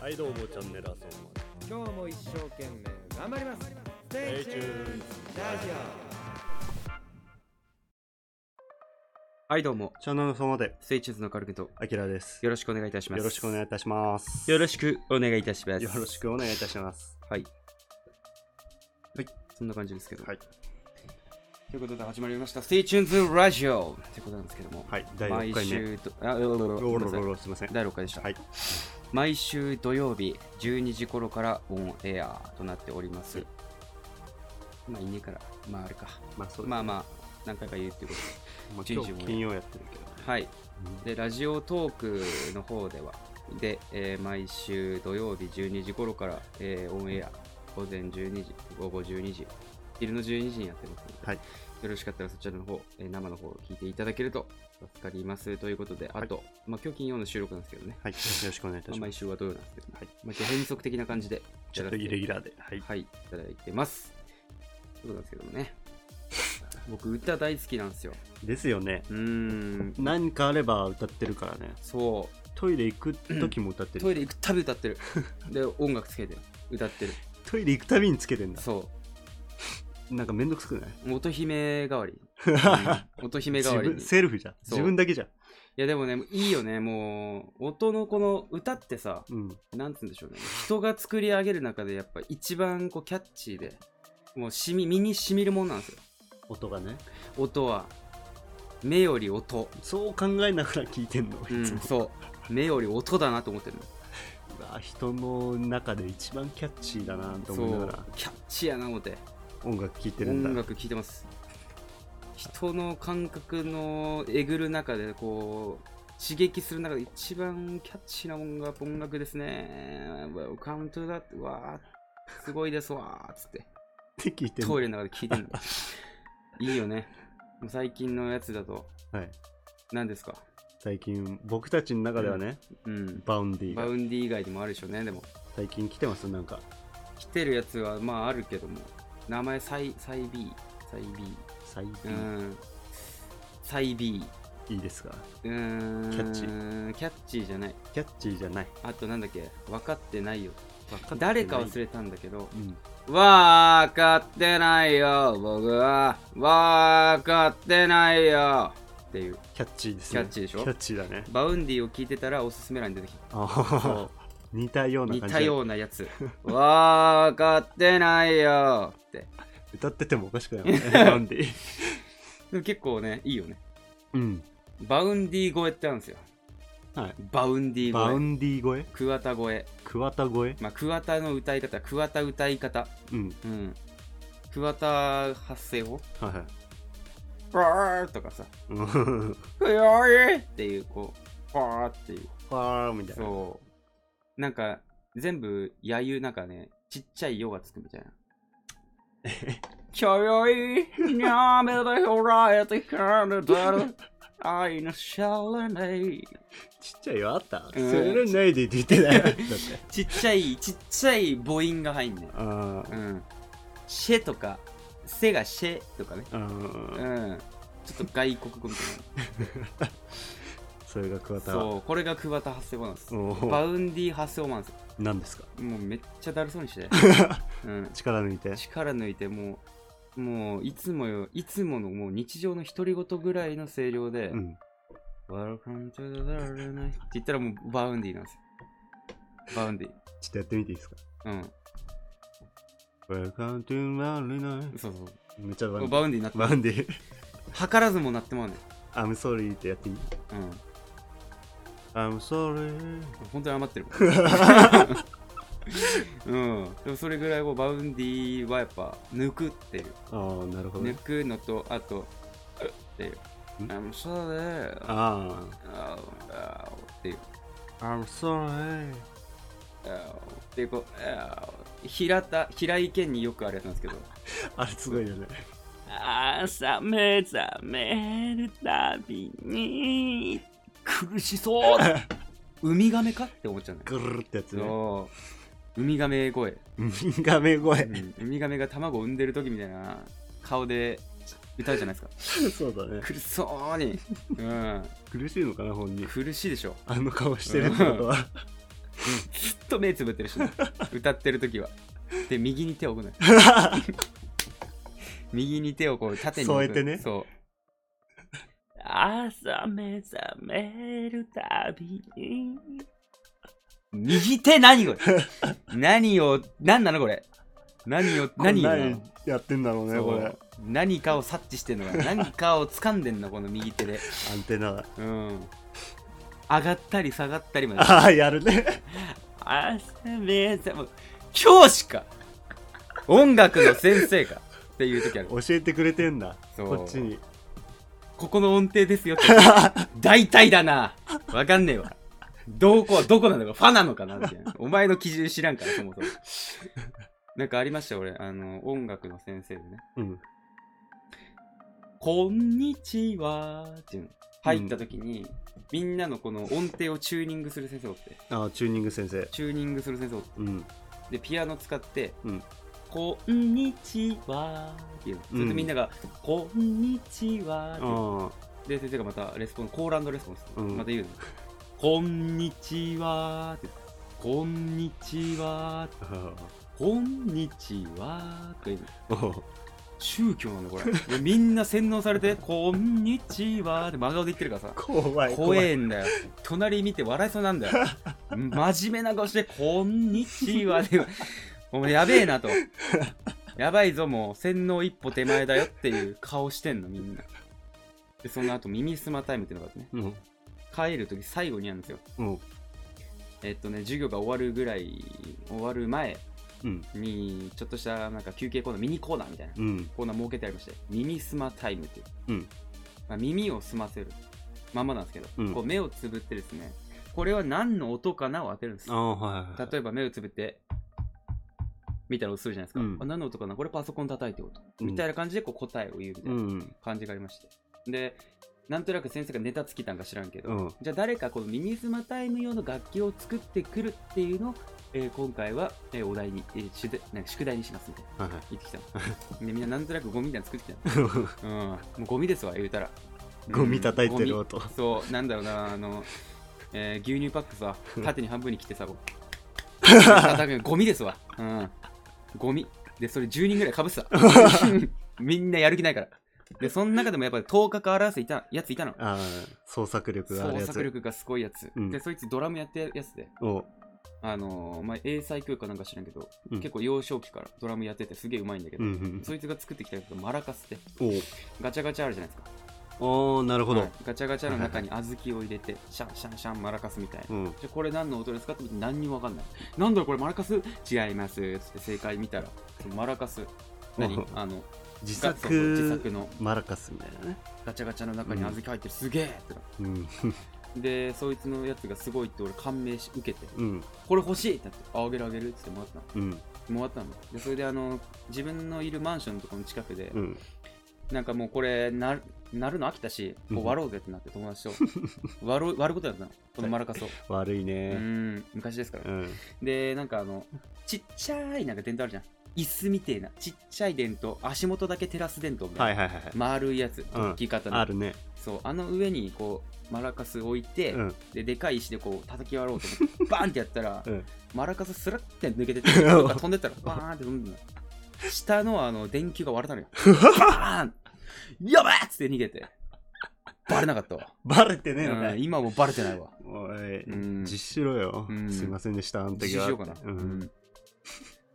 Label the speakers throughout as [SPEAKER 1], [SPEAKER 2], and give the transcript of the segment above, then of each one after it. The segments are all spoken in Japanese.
[SPEAKER 1] はいどうもチャンネルアソンマン
[SPEAKER 2] 今日も一生懸命頑張ります Stay tuned! ラジオはいどうも
[SPEAKER 1] チャンネル様で
[SPEAKER 2] ステイチューズのカルケと
[SPEAKER 1] あきらですよ
[SPEAKER 2] よろしくお願いいたします
[SPEAKER 1] ろしくお願いいたします
[SPEAKER 2] よろしくお願いいたします
[SPEAKER 1] よろしくお願いいたします
[SPEAKER 2] はい
[SPEAKER 1] はい
[SPEAKER 2] そんな感じですけど、
[SPEAKER 1] はい
[SPEAKER 2] ということで始まりましたステイチューズラジオってことなんですけども
[SPEAKER 1] はい第6
[SPEAKER 2] 毎
[SPEAKER 1] 回目
[SPEAKER 2] 週とあうろうろ
[SPEAKER 1] ロー
[SPEAKER 2] ご
[SPEAKER 1] ロ
[SPEAKER 2] め
[SPEAKER 1] ロ
[SPEAKER 2] んなさい
[SPEAKER 1] ロすいません
[SPEAKER 2] 第6回でした、
[SPEAKER 1] はい
[SPEAKER 2] 毎週土曜日12時頃からオンエアとなっております。まあ、いねえから、まああれか。
[SPEAKER 1] まあそう
[SPEAKER 2] ま
[SPEAKER 1] ま
[SPEAKER 2] あまあ、何回か言うっていうこ
[SPEAKER 1] あ
[SPEAKER 2] 人
[SPEAKER 1] 今
[SPEAKER 2] 事
[SPEAKER 1] 日
[SPEAKER 2] も
[SPEAKER 1] 金曜やってるけど
[SPEAKER 2] とで。はい。で、ラジオトークの方では、で、えー毎週土曜日12時頃から、えーオンエア、午前12時、午後12時、昼の12時にやってますので、
[SPEAKER 1] はい
[SPEAKER 2] よろしかったらそちらの方、えー生の方を聞いていただけると助かりますということで、あと、まあ今日金曜の収録なんですけどね、
[SPEAKER 1] はいよろしくお願いいた
[SPEAKER 2] まあ
[SPEAKER 1] しま
[SPEAKER 2] 毎
[SPEAKER 1] す
[SPEAKER 2] 週は土曜なんですけど、
[SPEAKER 1] はい
[SPEAKER 2] まあ、ちょっと変則的な感じで
[SPEAKER 1] ちょっとイレギュラーではい
[SPEAKER 2] はい、いただいてます。ということなんですけどもね。僕、歌大好きなんですよ。
[SPEAKER 1] ですよね
[SPEAKER 2] うーん、
[SPEAKER 1] 何かあれば歌ってるからね
[SPEAKER 2] そ
[SPEAKER 1] トイレ行く時も歌ってる
[SPEAKER 2] う。トイレ行くたび 歌ってる。で、音楽つけて、歌ってる。
[SPEAKER 1] トイレ行くたびにつけてんだ
[SPEAKER 2] そ。
[SPEAKER 1] なんかめんどくさくないう
[SPEAKER 2] 乙姫代 わり。うん乙姫代
[SPEAKER 1] 自
[SPEAKER 2] わりに。
[SPEAKER 1] 分
[SPEAKER 2] い
[SPEAKER 1] セルフじゃん
[SPEAKER 2] そう
[SPEAKER 1] 自分だけじゃん
[SPEAKER 2] や、でもね、いいよね。もう、音のこの歌ってさ、
[SPEAKER 1] うん
[SPEAKER 2] なんつうんでしょうね。人が作り上げる中で、やっぱ一番こうキャッチーで、もうしみ、身に染みるもんなんですよ。
[SPEAKER 1] 音がね
[SPEAKER 2] 音は。目より音。
[SPEAKER 1] そう考えながら聞いてんの
[SPEAKER 2] う
[SPEAKER 1] いつ
[SPEAKER 2] ん、
[SPEAKER 1] も
[SPEAKER 2] そう。目より音だなと思ってるの。
[SPEAKER 1] うわ人の中で一番キャッチーだなと
[SPEAKER 2] そ
[SPEAKER 1] 思いな
[SPEAKER 2] う
[SPEAKER 1] がら
[SPEAKER 2] キャッチーやな思って
[SPEAKER 1] 音楽聴いてるんだ
[SPEAKER 2] 音楽聴いてます人の感覚のえぐる中でこう刺激する中で一番キャッチーな音楽音楽ですねカウントだってわーすごいですわーっつって
[SPEAKER 1] って聞いてる
[SPEAKER 2] トイレの中で聴いてるのいいよねもう最近のやつだと
[SPEAKER 1] はい、
[SPEAKER 2] 何ですか
[SPEAKER 1] 最近僕たちの中ではね、
[SPEAKER 2] うん
[SPEAKER 1] バウンディ
[SPEAKER 2] バ
[SPEAKER 1] が
[SPEAKER 2] ウンディ以外にもあるでしょうねでも
[SPEAKER 1] 最近来てますなんか
[SPEAKER 2] 来てるやつはまああるけども名前サイサイ B サイ B
[SPEAKER 1] 最
[SPEAKER 2] う
[SPEAKER 1] 近、
[SPEAKER 2] んサイ B
[SPEAKER 1] いいですか
[SPEAKER 2] うーん
[SPEAKER 1] キャッチ
[SPEAKER 2] キャッチーじゃない
[SPEAKER 1] キャッチーじゃない
[SPEAKER 2] あとなんだっけ分かってないよ
[SPEAKER 1] 分かってない
[SPEAKER 2] 誰か忘れたんだけど
[SPEAKER 1] うん
[SPEAKER 2] 分かってないよ僕は分かってないよっていう
[SPEAKER 1] キャッチーですね
[SPEAKER 2] キャッチーでしょ
[SPEAKER 1] キャッチーだね
[SPEAKER 2] バウンディを聞いてたらおすすめ欄に出てきた
[SPEAKER 1] あはは
[SPEAKER 2] そ
[SPEAKER 1] 似たような
[SPEAKER 2] 似
[SPEAKER 1] 感じ
[SPEAKER 2] たようなやつ分かってないよって
[SPEAKER 1] 歌っててもおかしくない もんねバウンディ
[SPEAKER 2] でも結構ねいいよね
[SPEAKER 1] うん
[SPEAKER 2] バウンディ超えってあるんですよ
[SPEAKER 1] はい
[SPEAKER 2] バウンディ
[SPEAKER 1] バウ
[SPEAKER 2] 超え
[SPEAKER 1] ンディ声
[SPEAKER 2] 桑田超え
[SPEAKER 1] 桑田声
[SPEAKER 2] まあ桑田の歌い方桑田歌い方
[SPEAKER 1] うん
[SPEAKER 2] うん。桑田発声法
[SPEAKER 1] はいはい
[SPEAKER 2] バーとかさ、
[SPEAKER 1] うん フ
[SPEAKER 2] ふよいっていう、こう、バーっていう。
[SPEAKER 1] ァーみたいな
[SPEAKER 2] そう。なんか、全部、やゆ、なんかね、ちっちゃいよがつくみたいな。ちょよい、にゃめでほらえてかぬだる、 愛のしゃれね
[SPEAKER 1] ちっちゃいよあったそれないで出てないだって
[SPEAKER 2] ちっちゃい、ちっちゃい母音が入んねん。
[SPEAKER 1] あー
[SPEAKER 2] うん。シェとか、せがシェとかね。
[SPEAKER 1] あー
[SPEAKER 2] うん。ちょっと外国語みたいな。
[SPEAKER 1] それが桑田
[SPEAKER 2] そう、これが桑田発声法なんです。
[SPEAKER 1] おー
[SPEAKER 2] バウンディ発声法なんです。
[SPEAKER 1] 何ですか
[SPEAKER 2] もうめっちゃだるそう にして。うん、
[SPEAKER 1] 力抜いて
[SPEAKER 2] 力抜いて、もう、もういつもよ、いつものもう日常の独り言ぐらいの声量で、
[SPEAKER 1] うん
[SPEAKER 2] Welcome to the Dark Night って言ったらもうバウンディなんですよ。バウンディ。
[SPEAKER 1] ちょっとやってみていいですか
[SPEAKER 2] うん、
[SPEAKER 1] Welcome to my night
[SPEAKER 2] そうそう。
[SPEAKER 1] めっちゃバンデ
[SPEAKER 2] バウンディになって
[SPEAKER 1] ィバンディ
[SPEAKER 2] 図らずもなってまうねん。
[SPEAKER 1] I'm sorry ってやっていい
[SPEAKER 2] うん。
[SPEAKER 1] I'm sorry
[SPEAKER 2] 本当に余ってる もん。うん。でもそれぐらいこうバウンディはやっぱ抜くっていう。
[SPEAKER 1] ああなるほど
[SPEAKER 2] 抜
[SPEAKER 1] ね
[SPEAKER 2] くのと、あと、うっていう。
[SPEAKER 1] ん
[SPEAKER 2] I'm sorry.
[SPEAKER 1] あ
[SPEAKER 2] ああっていう。
[SPEAKER 1] あ I'm sorry
[SPEAKER 2] あっていうこう、あ平田、平井堅によくあるやつなんですけど。
[SPEAKER 1] あれすごいよね
[SPEAKER 2] 朝目覚めるたびに苦しそうウミガメかって思っちゃうね。
[SPEAKER 1] ぐるってやつね
[SPEAKER 2] そう。ウミガメ声。
[SPEAKER 1] うん画面声
[SPEAKER 2] うんウミガメが卵を産んでる時みたいな顔で歌うじゃないですか。
[SPEAKER 1] そうだね
[SPEAKER 2] 苦しそうに。うん。
[SPEAKER 1] 苦しいのかな本人
[SPEAKER 2] 苦しいでしょ。
[SPEAKER 1] あの顔してるってことは
[SPEAKER 2] ずっと目つぶってるしね、歌ってる時はで右に手を置くのよ右に手をこう縦に置
[SPEAKER 1] 添
[SPEAKER 2] く
[SPEAKER 1] えてね
[SPEAKER 2] そう朝目覚めるたびに右手 何これ何を何なのこれ何を 何なの
[SPEAKER 1] 何やってんだろうね
[SPEAKER 2] そう
[SPEAKER 1] これ
[SPEAKER 2] 何かを察知してんの かな何かを掴んでんのこの右手で
[SPEAKER 1] アンテナが
[SPEAKER 2] うん上がったり下がったりまで
[SPEAKER 1] ああやるね
[SPEAKER 2] 朝目覚め教師か音楽の先生かっていう時ある
[SPEAKER 1] 教えてくれてんだ
[SPEAKER 2] そう
[SPEAKER 1] こっち に
[SPEAKER 2] ここの音程ですよって大体だなわかんねえわどこどこなのかファなのかなみたいなお前の基準知らんからそもそもなんかありましたよ俺あの音楽の先生でね
[SPEAKER 1] うん
[SPEAKER 2] こんにちはっていうの入った時に、みんなのこの音程をチューニングする先生おって
[SPEAKER 1] ああチューニング先生
[SPEAKER 2] チューニングする先生おって
[SPEAKER 1] うん
[SPEAKER 2] でピアノ使って
[SPEAKER 1] うん
[SPEAKER 2] こんにちは」っていうのそれとみんなが「こんにちは」っていうの
[SPEAKER 1] あ
[SPEAKER 2] で先生がまたレスポンスコーランドレスポンス、
[SPEAKER 1] うん
[SPEAKER 2] また 言うの「こんにちは」って「こんにちは」
[SPEAKER 1] ああ
[SPEAKER 2] こんにちは」って言うの
[SPEAKER 1] あおう
[SPEAKER 2] 宗教なんだこれ でみんな洗脳されて「こんにちは」って真顔で言ってるからさ
[SPEAKER 1] 怖い
[SPEAKER 2] 怖
[SPEAKER 1] 怖い
[SPEAKER 2] えんだよ隣見て笑いそうな んだよ真面目な顔して「こんにちは」でもうやべえなとやばいぞもう洗脳一歩手前だよっていう顔してんのみんなでその後耳すまタイムっていうのがあってね
[SPEAKER 1] うん
[SPEAKER 2] 帰る時最後にやるんですよ
[SPEAKER 1] うん
[SPEAKER 2] えっとね授業が終わるぐらい終わる前
[SPEAKER 1] うん
[SPEAKER 2] にちょっとしたなんか休憩コーナーミニコーナーみたいな
[SPEAKER 1] うん
[SPEAKER 2] コーナー設けてありまして耳すまタイムっていう
[SPEAKER 1] うん
[SPEAKER 2] まあ、耳を澄ませるまんまなんですけど、
[SPEAKER 1] うん
[SPEAKER 2] こう目をつぶってですねこれは何の音かなを当てるんです
[SPEAKER 1] ああはいはい
[SPEAKER 2] 例えば目をつぶってみたいな音するじゃないですか、
[SPEAKER 1] うん
[SPEAKER 2] あ何の音かなこれパソコン叩いて音、
[SPEAKER 1] うん
[SPEAKER 2] みたいな感じでこう答えを言うみた
[SPEAKER 1] う
[SPEAKER 2] いなん感じがありまして、でなんとなく先生がネタつきたんか知らんけど、
[SPEAKER 1] うん
[SPEAKER 2] じゃあ誰かこのミニスマタイム用の楽器を作ってくるっていうのを、えー今回は、えーお題に、えー宿題なんか宿題にしますみたいな
[SPEAKER 1] はいはい
[SPEAKER 2] 言ってきたのでみんななんとなくゴミみたいなの作ってきたの
[SPEAKER 1] ゴ
[SPEAKER 2] うん、もうゴミですわ言うたら
[SPEAKER 1] ミ叩いてる
[SPEAKER 2] うんゴ
[SPEAKER 1] 音
[SPEAKER 2] ミそうなんだろうなあの、えー牛乳パックさ縦に半分に切ってさこう叩くゴミですわうんゴミでそれ10人ぐらいかぶ ってたみんなやる気ないからでその中でもやっぱり頭角表すいたやついたの
[SPEAKER 1] ああ創作力がある
[SPEAKER 2] 創
[SPEAKER 1] や
[SPEAKER 2] 作
[SPEAKER 1] つ
[SPEAKER 2] 力がすごいやつ、
[SPEAKER 1] うん
[SPEAKER 2] でそいつドラムやってるやつで
[SPEAKER 1] お
[SPEAKER 2] あのーまあ、英才教育かなんか知らんけど、
[SPEAKER 1] うん
[SPEAKER 2] 結構幼少期からドラムやっててすげえうまいんだけ
[SPEAKER 1] う
[SPEAKER 2] ど、
[SPEAKER 1] ん
[SPEAKER 2] そいつが作ってきたやつがマラカスって
[SPEAKER 1] うん
[SPEAKER 2] ガチャガチャあるじゃないですか
[SPEAKER 1] おおーなるほ
[SPEAKER 2] は
[SPEAKER 1] ど
[SPEAKER 2] いガチャガチャの中に小豆を入れて、シャンシャンシャンマラカスみたいな。
[SPEAKER 1] うん
[SPEAKER 2] じゃあこれ何の音ですかって言って何にも分かんない。なんだこれマラカス違います。つって正解見たら、そのマラカス、何あの、
[SPEAKER 1] 自
[SPEAKER 2] ガそうそう自
[SPEAKER 1] 作
[SPEAKER 2] 作の
[SPEAKER 1] マラカスみたいなね
[SPEAKER 2] ガチャガチャの中に小豆入ってる、すげえってな
[SPEAKER 1] うん
[SPEAKER 2] で、そいつのやつがすごいって俺感銘し受けて、
[SPEAKER 1] うん
[SPEAKER 2] これ欲しいってなって、ああげるあげるってってもらった
[SPEAKER 1] うん
[SPEAKER 2] の。もらったの。で、それであの、自分のいるマンションのところの近くで、
[SPEAKER 1] うん
[SPEAKER 2] なんかもうこれななるの飽きたし、こう割ろうぜってなって友達 と割ろう割ることやったの、このマラカスを。
[SPEAKER 1] 悪いうね
[SPEAKER 2] ん、昔ですから
[SPEAKER 1] う。ん
[SPEAKER 2] で、なんかあの、ちっちゃいなんか電灯あるじゃん。椅子みてえな、ちっちゃい電灯、足元だけテラス電灯みたいな。
[SPEAKER 1] はいはいはいはい
[SPEAKER 2] 丸いやつ、
[SPEAKER 1] うん
[SPEAKER 2] 突き方の、
[SPEAKER 1] あるね
[SPEAKER 2] そう、あの上にこう、マラカス置いて、
[SPEAKER 1] うん
[SPEAKER 2] で、でかい石でこう、叩き割ろうと思 って、バーンってやったら、
[SPEAKER 1] うん
[SPEAKER 2] マラカススラッて抜け てって、どっか飛んでったら、バーンって飛んでんの。下のあの、電球が割 れたのよ。バーンやばいっつって逃げて。バレなかったわ。
[SPEAKER 1] バレてねえの
[SPEAKER 2] う
[SPEAKER 1] か
[SPEAKER 2] ん
[SPEAKER 1] い
[SPEAKER 2] 今はもうバレてないわ。
[SPEAKER 1] おい
[SPEAKER 2] うん
[SPEAKER 1] 実施しろよ
[SPEAKER 2] うん
[SPEAKER 1] すいませんでしたあの
[SPEAKER 2] 自
[SPEAKER 1] 時
[SPEAKER 2] 首
[SPEAKER 1] は
[SPEAKER 2] しようかな、
[SPEAKER 1] う
[SPEAKER 2] うんん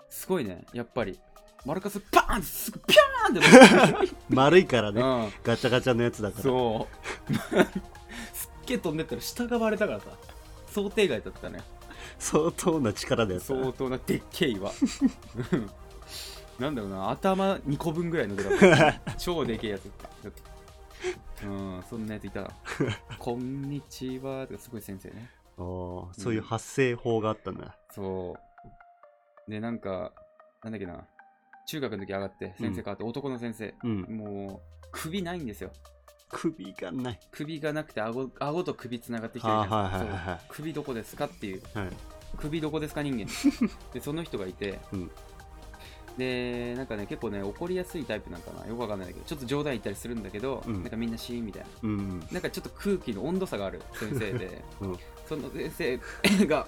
[SPEAKER 2] すごいねやっぱりマルカスバーンってすぐピャーンって、
[SPEAKER 1] 丸いからね
[SPEAKER 2] う
[SPEAKER 1] ガチャガチャのやつだ
[SPEAKER 2] ん、
[SPEAKER 1] から
[SPEAKER 2] そう すっげえ飛んでったら下が割れたからさ想定外だったね
[SPEAKER 1] 相当な力だよ
[SPEAKER 2] 相当なでっけえ岩うんなんだろうな頭2個分ぐらいので かい超でけえやつうんそんなやついたなこんにちはとかすごい先生ね
[SPEAKER 1] おーそういう発声法があったんだ
[SPEAKER 2] そうでなんかなんだっけな中学の時上がって先生変わって、男の先生
[SPEAKER 1] うん
[SPEAKER 2] もう首ないんですよ。
[SPEAKER 1] 首がない
[SPEAKER 2] 首がなくて顎顎と首つながってきてるじゃん
[SPEAKER 1] はいはいはい
[SPEAKER 2] そう
[SPEAKER 1] は
[SPEAKER 2] 首どこですかっていう。
[SPEAKER 1] いはい
[SPEAKER 2] 首どこですか 人間。で、その人がいて、
[SPEAKER 1] うん
[SPEAKER 2] で、なんかね、結構ね、怒りやすいタイプなんかな。よくわかんないんだけど、ちょっと冗談言ったりするんだけど、
[SPEAKER 1] うん
[SPEAKER 2] なんかみんなシーンみたいな。
[SPEAKER 1] うん
[SPEAKER 2] なんかちょっと空気の温度差がある先生で、
[SPEAKER 1] うん
[SPEAKER 2] その先生が、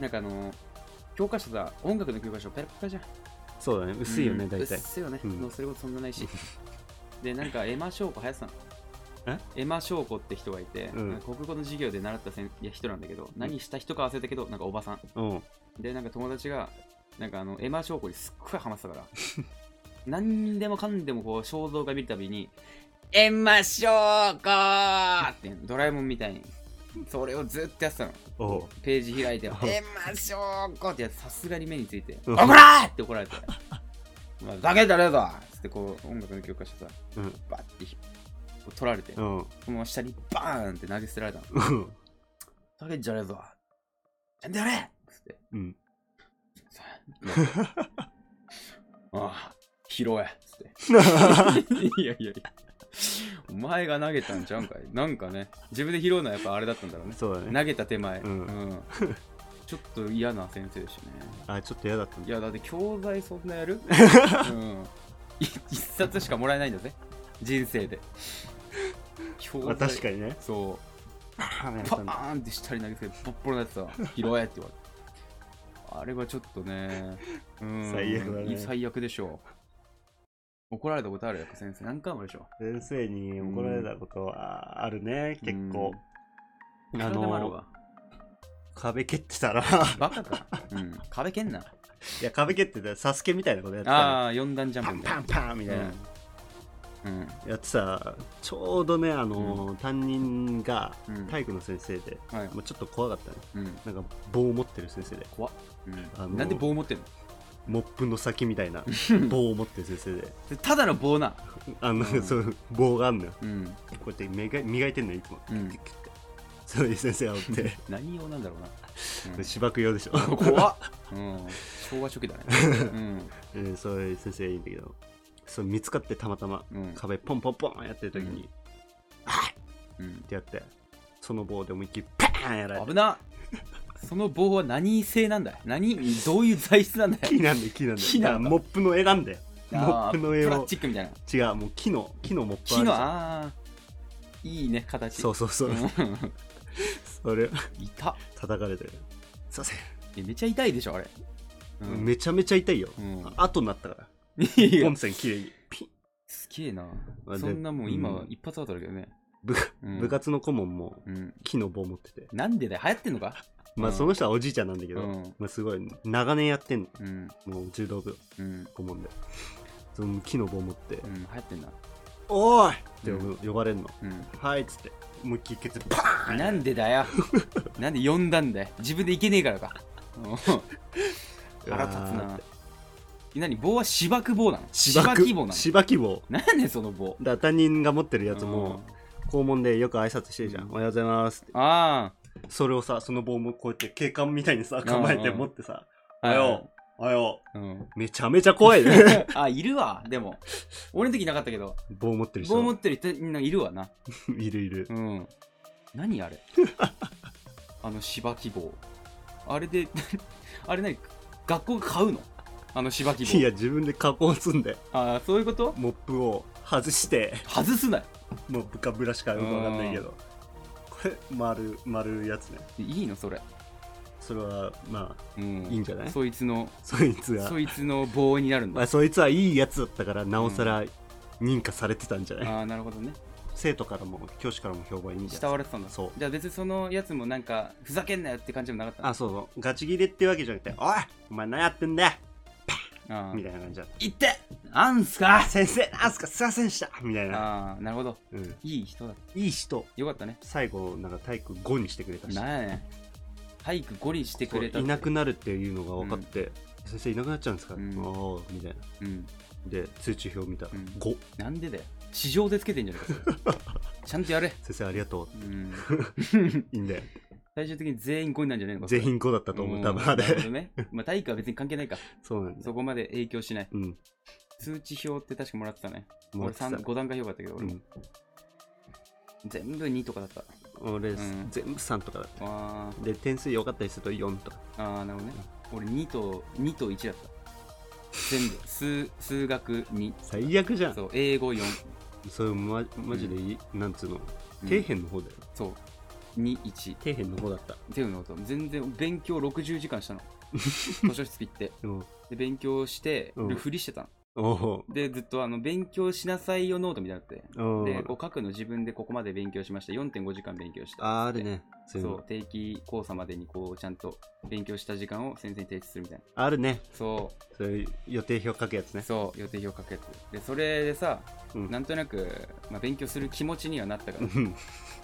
[SPEAKER 2] なんかあの、教科書だ、音楽の教科書、ペラペラじゃん。
[SPEAKER 1] そうだね薄いよね、
[SPEAKER 2] うん
[SPEAKER 1] 大体
[SPEAKER 2] 薄いよね。
[SPEAKER 1] うん
[SPEAKER 2] もうそれこそそんな ないし。で、なんかエマ翔子、林さん。
[SPEAKER 1] え
[SPEAKER 2] エマ翔子って人がいて、
[SPEAKER 1] うん
[SPEAKER 2] なんか国語の授業で習ったせんいや人なんだけど、何した人か忘れたけど、なんかおばさん。
[SPEAKER 1] うん
[SPEAKER 2] で、なんか友達が、なんかあの、エマ翔子にすっごいハマってたから。 何でもかんでもこう、衝動が見るたびに、エマ翔子ってドラえもんみたいに。それをずっとやってたの。
[SPEAKER 1] おう
[SPEAKER 2] ページ開いて、エ
[SPEAKER 1] うん
[SPEAKER 2] マ翔子ってやつさすがに目について、
[SPEAKER 1] うん
[SPEAKER 2] 怒らーって怒られて、まあ、だけだれだつってこう音楽の教科書さ、
[SPEAKER 1] うん
[SPEAKER 2] バッて引っ取られて、
[SPEAKER 1] う
[SPEAKER 2] こ
[SPEAKER 1] んうん
[SPEAKER 2] の下にバーンって投げ捨てられたの。
[SPEAKER 1] うん
[SPEAKER 2] だけじゃねえぞちゃんとやれつって。
[SPEAKER 1] うん
[SPEAKER 2] さあ ああ、拾えつっ て。いやいやいや。お前が投げたんちゃうんかいなんかね、自分で拾うのはやっぱあれだったんだろうね。
[SPEAKER 1] そうだね
[SPEAKER 2] 投げた手前、
[SPEAKER 1] うん
[SPEAKER 2] うんちょっと嫌な先生でしたね
[SPEAKER 1] あちょっと嫌だったん
[SPEAKER 2] い
[SPEAKER 1] だ
[SPEAKER 2] やだって教材そんなや る、うん、い一冊しかもらえないんだぜ人生で教
[SPEAKER 1] まあ確かに ね
[SPEAKER 2] そ
[SPEAKER 1] パーンや
[SPEAKER 2] う
[SPEAKER 1] っ
[SPEAKER 2] パ
[SPEAKER 1] たんだ
[SPEAKER 2] ーンって下に投げてボッポロのやつさ拾えって言われてあれはちょっとね、うん、
[SPEAKER 1] 最悪だね
[SPEAKER 2] い最悪でしょう怒られたことあるやっぱ先生何回もあるでしょ
[SPEAKER 1] 先生に怒られたことはあるね結構
[SPEAKER 2] うん
[SPEAKER 1] あ
[SPEAKER 2] いくらでもある
[SPEAKER 1] の
[SPEAKER 2] わ
[SPEAKER 1] 壁蹴って たら
[SPEAKER 2] バ カか、うん、壁蹴んない
[SPEAKER 1] や壁蹴ってたらサスケみたいなことやってたら
[SPEAKER 2] ああ4段ジャン
[SPEAKER 1] パ
[SPEAKER 2] プ
[SPEAKER 1] ン
[SPEAKER 2] みたい
[SPEAKER 1] パ
[SPEAKER 2] な
[SPEAKER 1] ンパンみたいな
[SPEAKER 2] うん
[SPEAKER 1] やってさちょうどねあの担任が
[SPEAKER 2] うん
[SPEAKER 1] 体育の先生で
[SPEAKER 2] はい
[SPEAKER 1] もうちょっと怖かったね
[SPEAKER 2] うん
[SPEAKER 1] なんか棒を持ってる先生で
[SPEAKER 2] 怖っ、うん
[SPEAKER 1] あのー
[SPEAKER 2] なんで棒持ってん
[SPEAKER 1] モップの先みた いな棒を持ってる先生で
[SPEAKER 2] のただの棒な
[SPEAKER 1] あの、
[SPEAKER 2] うん
[SPEAKER 1] そう棒があんのよ
[SPEAKER 2] うん
[SPEAKER 1] こうやって磨い磨いてんのよいつも、
[SPEAKER 2] うん
[SPEAKER 1] キュッキュッてそういう先生がおって
[SPEAKER 2] 何用なんだろうな、 うん
[SPEAKER 1] 芝生用でしょ、
[SPEAKER 2] 怖っ、うん、昭和初期だね
[SPEAKER 1] うん、そういう先生がいいんだけどそう見つかってたまたま
[SPEAKER 2] うんうん
[SPEAKER 1] 壁ポンポンポンやってる時に、
[SPEAKER 2] う
[SPEAKER 1] はいってやってその棒で思いっきりパーンやられ
[SPEAKER 2] うん、
[SPEAKER 1] て
[SPEAKER 2] 危なその棒は何製なんだ何どういう材質なんだよ
[SPEAKER 1] 木なんだよ木なんだよ
[SPEAKER 2] 木
[SPEAKER 1] だ
[SPEAKER 2] なんだ
[SPEAKER 1] からモップの絵なんだよ モッ
[SPEAKER 2] あー
[SPEAKER 1] プの絵
[SPEAKER 2] プラ
[SPEAKER 1] を
[SPEAKER 2] スチックみたいな
[SPEAKER 1] 違うもう木の木のモップあ
[SPEAKER 2] 木
[SPEAKER 1] るじ
[SPEAKER 2] の
[SPEAKER 1] ゃん
[SPEAKER 2] あーいいね形
[SPEAKER 1] そうそうそう、
[SPEAKER 2] うん
[SPEAKER 1] それ
[SPEAKER 2] 痛っ
[SPEAKER 1] 叩かれてるすいません、
[SPEAKER 2] えめちゃ痛いでしょあれ、うん
[SPEAKER 1] めちゃめちゃ痛いよ、
[SPEAKER 2] うん
[SPEAKER 1] 後になったから
[SPEAKER 2] いや
[SPEAKER 1] 本線きれいにピン
[SPEAKER 2] すげえな
[SPEAKER 1] まあで
[SPEAKER 2] そんなもん今は
[SPEAKER 1] うん
[SPEAKER 2] 一発当たるけどね、
[SPEAKER 1] 部
[SPEAKER 2] うん
[SPEAKER 1] 部活の顧問も
[SPEAKER 2] うん、
[SPEAKER 1] 木の棒持ってて、
[SPEAKER 2] なんでだよ流行ってんのか
[SPEAKER 1] まあ
[SPEAKER 2] うん
[SPEAKER 1] その人はおじいちゃんなんだけ
[SPEAKER 2] う
[SPEAKER 1] ど、
[SPEAKER 2] ん
[SPEAKER 1] まあ、すごい長年やってん
[SPEAKER 2] うん
[SPEAKER 1] のもう柔道部
[SPEAKER 2] うん
[SPEAKER 1] 顧問でその木の棒持って「
[SPEAKER 2] うん、流行ってんな。
[SPEAKER 1] おーい!」って呼ぶ呼ばれるの「
[SPEAKER 2] う
[SPEAKER 1] はい」っつって思いっきりケツパーン
[SPEAKER 2] ん。なんで だよ。なんで呼んだんだよ。自分で行けねえからか。うん腹立
[SPEAKER 1] あ
[SPEAKER 2] つな
[SPEAKER 1] ー。
[SPEAKER 2] 何棒は芝生棒なの
[SPEAKER 1] 芝
[SPEAKER 2] 木棒
[SPEAKER 1] 生
[SPEAKER 2] なの
[SPEAKER 1] 芝木棒
[SPEAKER 2] なんでその棒
[SPEAKER 1] だから担任が持ってるやつも校門でよく挨拶してるじゃん「おはようございます」って
[SPEAKER 2] うんあ
[SPEAKER 1] それをさその棒もこうやって警官みたいにさ構えて
[SPEAKER 2] うん
[SPEAKER 1] 持ってさ「
[SPEAKER 2] あ。
[SPEAKER 1] おはようおはよ
[SPEAKER 2] う。うん。
[SPEAKER 1] う」めちゃめちゃ怖い ね
[SPEAKER 2] あ、いるわ。でも。俺の時なかったけど、
[SPEAKER 1] 棒持ってる人
[SPEAKER 2] 棒持ってる人みんないるわな。
[SPEAKER 1] いるいる
[SPEAKER 2] うん。何 あれあの芝木棒。あれで、 あれ何学校が買うのあの芝木棒。
[SPEAKER 1] いや自分で加工すんで
[SPEAKER 2] あーそういうこと
[SPEAKER 1] モップを外して
[SPEAKER 2] 外すなよ。
[SPEAKER 1] モップかブラシかよくわかんないけどこれ丸丸いやつね
[SPEAKER 2] いいのそれ。
[SPEAKER 1] それはまあ
[SPEAKER 2] うん
[SPEAKER 1] いいんじゃない
[SPEAKER 2] そいつの
[SPEAKER 1] そいつが
[SPEAKER 2] そいつの棒になるん
[SPEAKER 1] ま
[SPEAKER 2] だ
[SPEAKER 1] あそいつはいいやつだったからなおさら認可されてたんじゃ
[SPEAKER 2] あ
[SPEAKER 1] ない
[SPEAKER 2] あなるほどね
[SPEAKER 1] 生徒からも教師からも評判いいんじゃ
[SPEAKER 2] 慕
[SPEAKER 1] ない
[SPEAKER 2] われてたんだ
[SPEAKER 1] そう
[SPEAKER 2] じゃあ別にそのやつもなんかふざけんなよって感じもなかった
[SPEAKER 1] あそうそうガチ切れってわけじゃなくて「おいお前何やってんだよ
[SPEAKER 2] あ
[SPEAKER 1] みたいな感じだった
[SPEAKER 2] いってあんす
[SPEAKER 1] あ
[SPEAKER 2] か
[SPEAKER 1] 先生なんすかすいませんでしたみたいな、
[SPEAKER 2] ああなるほど
[SPEAKER 1] うん、
[SPEAKER 2] いい人だ
[SPEAKER 1] いい人
[SPEAKER 2] よかったね
[SPEAKER 1] 最後なんか体育5にしてくれたし
[SPEAKER 2] なんやねん体育ゴリしてくれた
[SPEAKER 1] いなく
[SPEAKER 2] な
[SPEAKER 1] なるっていうのが分かって、先生いなくなっちゃうんですか、
[SPEAKER 2] うん
[SPEAKER 1] ああみたいな
[SPEAKER 2] うん
[SPEAKER 1] で通知表見たら、
[SPEAKER 2] うん
[SPEAKER 1] 5
[SPEAKER 2] なんでだよ市場でつけてんじゃね えかそれちゃんとやれ
[SPEAKER 1] 先生ありがとう
[SPEAKER 2] うん
[SPEAKER 1] いいんだよ
[SPEAKER 2] 最終的に全員5になるんじゃないのかそれ
[SPEAKER 1] 全員5だったと
[SPEAKER 2] う
[SPEAKER 1] 思うん多分あ
[SPEAKER 2] なるほど
[SPEAKER 1] れ
[SPEAKER 2] ねまあ体育は別に関係な いか
[SPEAKER 1] そうなんだ
[SPEAKER 2] そこまで影響しない
[SPEAKER 1] うん
[SPEAKER 2] 通知表って確かもらってたね
[SPEAKER 1] も
[SPEAKER 2] 俺
[SPEAKER 1] うさ
[SPEAKER 2] 三5段階評価だったけど、
[SPEAKER 1] う
[SPEAKER 2] 俺も
[SPEAKER 1] ん、
[SPEAKER 2] 全部2とかだった。
[SPEAKER 1] 俺、
[SPEAKER 2] うん
[SPEAKER 1] 全部3とかだった
[SPEAKER 2] あ
[SPEAKER 1] で点数良かったりすると4とか
[SPEAKER 2] ーあー、なるほどね。俺2と、2と1だった。全部。 数、数学2。
[SPEAKER 1] 最悪じゃんそ
[SPEAKER 2] そう、英語4。
[SPEAKER 1] れまマジでいい、なんつうの
[SPEAKER 2] うん
[SPEAKER 1] 底辺の方だよ、
[SPEAKER 2] そう。 21
[SPEAKER 1] 底辺の方だった。
[SPEAKER 2] っていうのと全然勉強60時間し たの図書室行って
[SPEAKER 1] うん。
[SPEAKER 2] で勉強して
[SPEAKER 1] うん
[SPEAKER 2] るふりしてたの、
[SPEAKER 1] お
[SPEAKER 2] でずっとあの勉強しなさいよノートみたいなのあ
[SPEAKER 1] お。
[SPEAKER 2] ってでこう書くの自分でここまで勉強しました4.5時間勉強した
[SPEAKER 1] あーあるね。そういう
[SPEAKER 2] そ
[SPEAKER 1] の
[SPEAKER 2] う。定期講座までにこうちゃんと勉強した時間を先生に提出するみたいな
[SPEAKER 1] あるね。
[SPEAKER 2] そ
[SPEAKER 1] そういう予定表書くやつ
[SPEAKER 2] う
[SPEAKER 1] ね。
[SPEAKER 2] そう予定表書けてでそれでさ、
[SPEAKER 1] うん
[SPEAKER 2] なんとなく、まあ、勉強する気持ちにはなったから
[SPEAKER 1] うん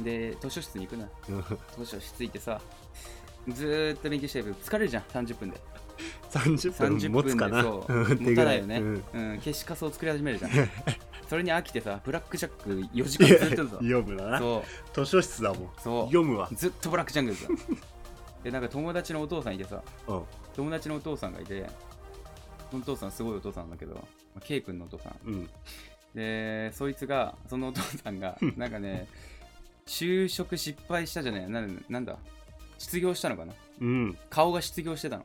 [SPEAKER 2] で図書室に行くな
[SPEAKER 1] うん
[SPEAKER 2] 図書室行ってさずーっと勉強してるけど疲れるじゃん30分で
[SPEAKER 1] 30
[SPEAKER 2] 30
[SPEAKER 1] 分
[SPEAKER 2] 分
[SPEAKER 1] 持
[SPEAKER 2] で
[SPEAKER 1] つかな。
[SPEAKER 2] そ う
[SPEAKER 1] うんって
[SPEAKER 2] 持
[SPEAKER 1] ぐ
[SPEAKER 2] た
[SPEAKER 1] ら
[SPEAKER 2] ないよね、
[SPEAKER 1] う
[SPEAKER 2] うんん消しカスを作り始 めるじゃんそれに飽きてさブラックジャック4時間ずっとやってるぞ
[SPEAKER 1] 読むだな。
[SPEAKER 2] そう
[SPEAKER 1] 図書室だもん。
[SPEAKER 2] そう
[SPEAKER 1] 読むわ。
[SPEAKER 2] ずっとブラックジャングルだでなんか友達のお父さんいてさ
[SPEAKER 1] うん。
[SPEAKER 2] 友達のお父さんがいてそのお父さんすごいお父さんなんだけど、まあ、K 君のお父さん
[SPEAKER 1] うん。
[SPEAKER 2] でそいつがそのお父さんがなんかね就職失敗したじゃないなんなんだ失業したのかな
[SPEAKER 1] うん。
[SPEAKER 2] 顔が失業してたの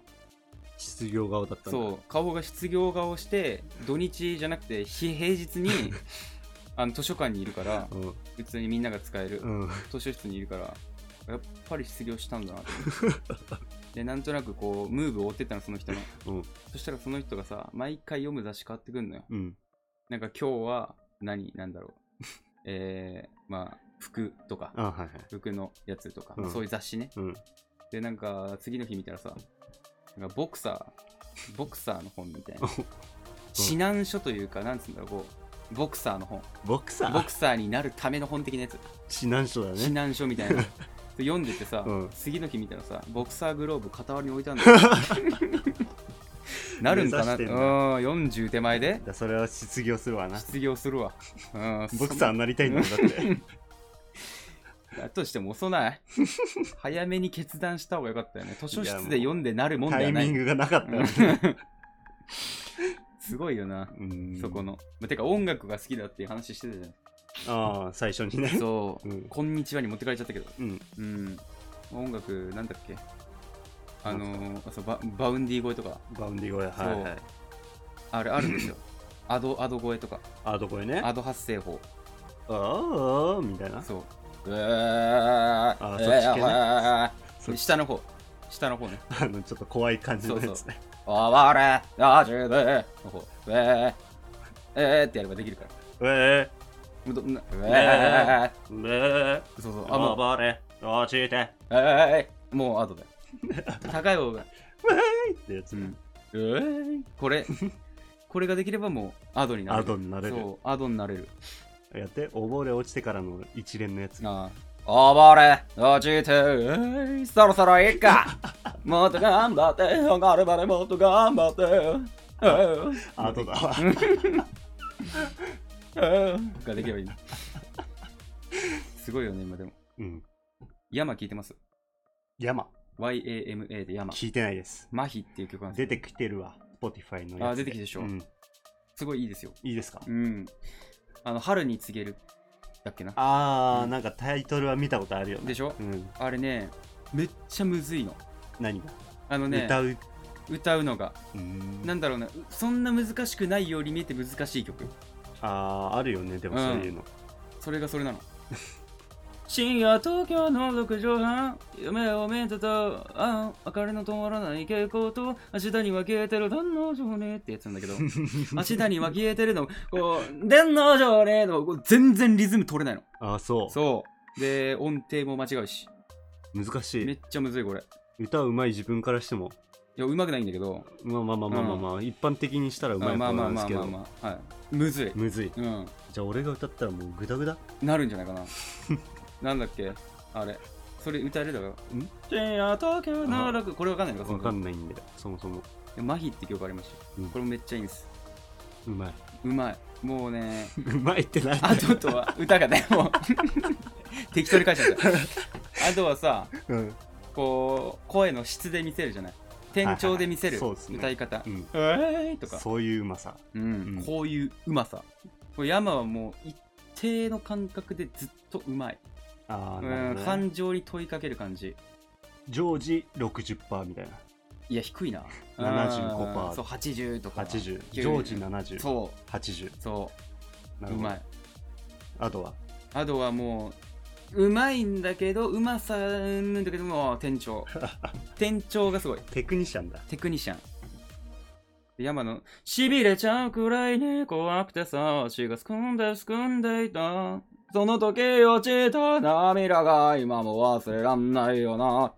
[SPEAKER 1] 失業顔だったんだ。
[SPEAKER 2] そう顔が失業顔して土日じゃなくて非平日にあの図書館にいるから
[SPEAKER 1] うん。
[SPEAKER 2] 普通にみんなが使える
[SPEAKER 1] うん。
[SPEAKER 2] 図書室にいるからやっぱり失業したんだなと思ってでなんとなくこうムーブを追ってったのその人の
[SPEAKER 1] うん。
[SPEAKER 2] そしたらその人がさ毎回読む雑誌変わってくんのよ
[SPEAKER 1] うん。
[SPEAKER 2] なんか今日は何なんだろう えー、まあ服とか
[SPEAKER 1] あ、はいはい。
[SPEAKER 2] 服のやつとか、
[SPEAKER 1] うん
[SPEAKER 2] そういう雑誌ね
[SPEAKER 1] うん。
[SPEAKER 2] でなんか次の日見たらさなんかボクサー ボクサーの本みたい な指南書というかなんつうんだろうこうボクサーの本
[SPEAKER 1] ボクサー
[SPEAKER 2] ボクサーになるための本的なやつ
[SPEAKER 1] 指南書だ
[SPEAKER 2] 指
[SPEAKER 1] ね。
[SPEAKER 2] 南書み たいな読んでてさ、
[SPEAKER 1] うん
[SPEAKER 2] 次の日見たらさボクサーグローブ片割りに置いた んだよなるんかな
[SPEAKER 1] 目指してんだ
[SPEAKER 2] うん40手前で
[SPEAKER 1] だそれは失業するわな。
[SPEAKER 2] 失業するわ、うん、
[SPEAKER 1] ボクサーになりたいんだもんだって。
[SPEAKER 2] だとしても遅ない 早めに決断した方が良かったよね図書室で読んでなるもん
[SPEAKER 1] タ
[SPEAKER 2] では
[SPEAKER 1] イ
[SPEAKER 2] な
[SPEAKER 1] ミ
[SPEAKER 2] い
[SPEAKER 1] ングがなかったよね。
[SPEAKER 2] すごいよな、
[SPEAKER 1] うん
[SPEAKER 2] そこのまてか音楽が好きだっていう話してたじ
[SPEAKER 1] ああ、最初に
[SPEAKER 2] ゃん
[SPEAKER 1] ね。
[SPEAKER 2] そう、
[SPEAKER 1] うん
[SPEAKER 2] こんにちはに持ってかれちゃったけど
[SPEAKER 1] うん。
[SPEAKER 2] うん音楽なんだっけあ
[SPEAKER 1] な
[SPEAKER 2] のーそうババウンディ声とか
[SPEAKER 1] バウンディ声。はいはい。
[SPEAKER 2] あれあるんで すよアドアド声とか
[SPEAKER 1] あ、どこへね。
[SPEAKER 2] アド発声法
[SPEAKER 1] あーみたいな。
[SPEAKER 2] そううわー
[SPEAKER 1] あそっち系ね
[SPEAKER 2] うわ
[SPEAKER 1] そ
[SPEAKER 2] ー
[SPEAKER 1] う
[SPEAKER 2] 下の方下の方ね
[SPEAKER 1] あの、ちょっと怖い感じのやつね。
[SPEAKER 2] 暴れ野獣での方えー、えー、ってやればできるから
[SPEAKER 1] え
[SPEAKER 2] うどなえ
[SPEAKER 1] ねー、え
[SPEAKER 2] ー、そうそう
[SPEAKER 1] ー、
[SPEAKER 2] あもう
[SPEAKER 1] 暴れ、落ちて、っ
[SPEAKER 2] えー、もう後で 高い方が
[SPEAKER 1] てやつ
[SPEAKER 2] う
[SPEAKER 1] ね
[SPEAKER 2] ん。えー、これこれができればもうアドになれる
[SPEAKER 1] アドになれる
[SPEAKER 2] そうアドになれる
[SPEAKER 1] やって、溺れ落ちてからの一連のやつ。
[SPEAKER 2] ああ暴れ落ちて、えーそろそろいい かもっと頑張って上がるまでもっと頑張ってえー
[SPEAKER 1] アドだわ。
[SPEAKER 2] えーができればいい のすごいよね今でも
[SPEAKER 1] うん。
[SPEAKER 2] 山聞いてます
[SPEAKER 1] 山、
[SPEAKER 2] YAMA で山。
[SPEAKER 1] 聞いてないです。
[SPEAKER 2] 麻痺っていう曲なんです
[SPEAKER 1] 出てきてるわ、Spotify のやつ。
[SPEAKER 2] あ出てきてるでしょ
[SPEAKER 1] うん。
[SPEAKER 2] すごいいいですよ。
[SPEAKER 1] いいですか
[SPEAKER 2] うん。あの、春に告げるだっけな。
[SPEAKER 1] あー、
[SPEAKER 2] うん
[SPEAKER 1] なんかタイトルは見たことあるよね。
[SPEAKER 2] でしょ
[SPEAKER 1] うん。
[SPEAKER 2] あれね、めっちゃむずいの。
[SPEAKER 1] 何が、
[SPEAKER 2] あのね、歌
[SPEAKER 1] 歌
[SPEAKER 2] う
[SPEAKER 1] う。
[SPEAKER 2] のが。
[SPEAKER 1] うん
[SPEAKER 2] なんだろうな、うそんな難しくないように見えて難しい曲。
[SPEAKER 1] あー、あるよね、でもそういう の。
[SPEAKER 2] それが それなの。深夜東京の6畳半夢を見てたああ明かりの止まらない蛍光と明日には消えてる天皇城ねってやつなんだけど明日には消えてるのこう天皇城ねのこう全然リズム取れないの
[SPEAKER 1] あー、そう。
[SPEAKER 2] そう。で、音程も間違うし。
[SPEAKER 1] 難し
[SPEAKER 2] め
[SPEAKER 1] い。
[SPEAKER 2] っちゃむずい、これ。い
[SPEAKER 1] 歌うまい自分からしても、
[SPEAKER 2] や、うまくないんだけど。
[SPEAKER 1] まあまあまあまあまあまあ、一般的にしたらうまい
[SPEAKER 2] ま
[SPEAKER 1] 方
[SPEAKER 2] あま
[SPEAKER 1] な
[SPEAKER 2] あ
[SPEAKER 1] んで
[SPEAKER 2] ますあ
[SPEAKER 1] け
[SPEAKER 2] ま
[SPEAKER 1] ど
[SPEAKER 2] あ。まあ。はい。むずい。
[SPEAKER 1] むずい。
[SPEAKER 2] うん。
[SPEAKER 1] じゃあ俺が歌ったらもうグダグダ
[SPEAKER 2] なるんじゃない かな。なんだっけあれ。それ歌えるだろ。
[SPEAKER 1] ん
[SPEAKER 2] 深夜東京の楽。これわかんないのか、そ
[SPEAKER 1] わか
[SPEAKER 2] の。
[SPEAKER 1] んないんだよそもそも
[SPEAKER 2] 麻痺って曲ありました
[SPEAKER 1] うん
[SPEAKER 2] よ。これもめっちゃいいんです。
[SPEAKER 1] うまい
[SPEAKER 2] うまい。もうね、
[SPEAKER 1] うまいってなんだ
[SPEAKER 2] あととは歌がね、もう。 適当に書いちゃった。あとはさ、
[SPEAKER 1] うん
[SPEAKER 2] こう、声の質で見せるじゃない。転調で見せる
[SPEAKER 1] はいはいはいそうですね
[SPEAKER 2] 歌い方
[SPEAKER 1] う。ん
[SPEAKER 2] えーいとか。
[SPEAKER 1] そういううまさ
[SPEAKER 2] うん
[SPEAKER 1] うん
[SPEAKER 2] こういううまさこれ山はもう一定の感覚でずっとうまい、
[SPEAKER 1] ああ
[SPEAKER 2] う、
[SPEAKER 1] なんるほどね
[SPEAKER 2] 感情に問いかける感じ
[SPEAKER 1] 常時60%みたいない
[SPEAKER 2] や低 いな
[SPEAKER 1] 75%
[SPEAKER 2] うんそう80とか
[SPEAKER 1] 80
[SPEAKER 2] 90
[SPEAKER 1] 常時7080
[SPEAKER 2] そ
[SPEAKER 1] 80
[SPEAKER 2] うそ
[SPEAKER 1] な
[SPEAKER 2] う
[SPEAKER 1] る
[SPEAKER 2] う
[SPEAKER 1] ほど
[SPEAKER 2] まい
[SPEAKER 1] あとは
[SPEAKER 2] あとはもうまいんだけどうまさうんぬんだけども 店長店長がすごい
[SPEAKER 1] テクニシャンだ。
[SPEAKER 2] テクニシャン山のしびれちゃうくらいに怖くてさ足がすくんですくんでいたその時落ちた涙が今も忘れらんないよなっ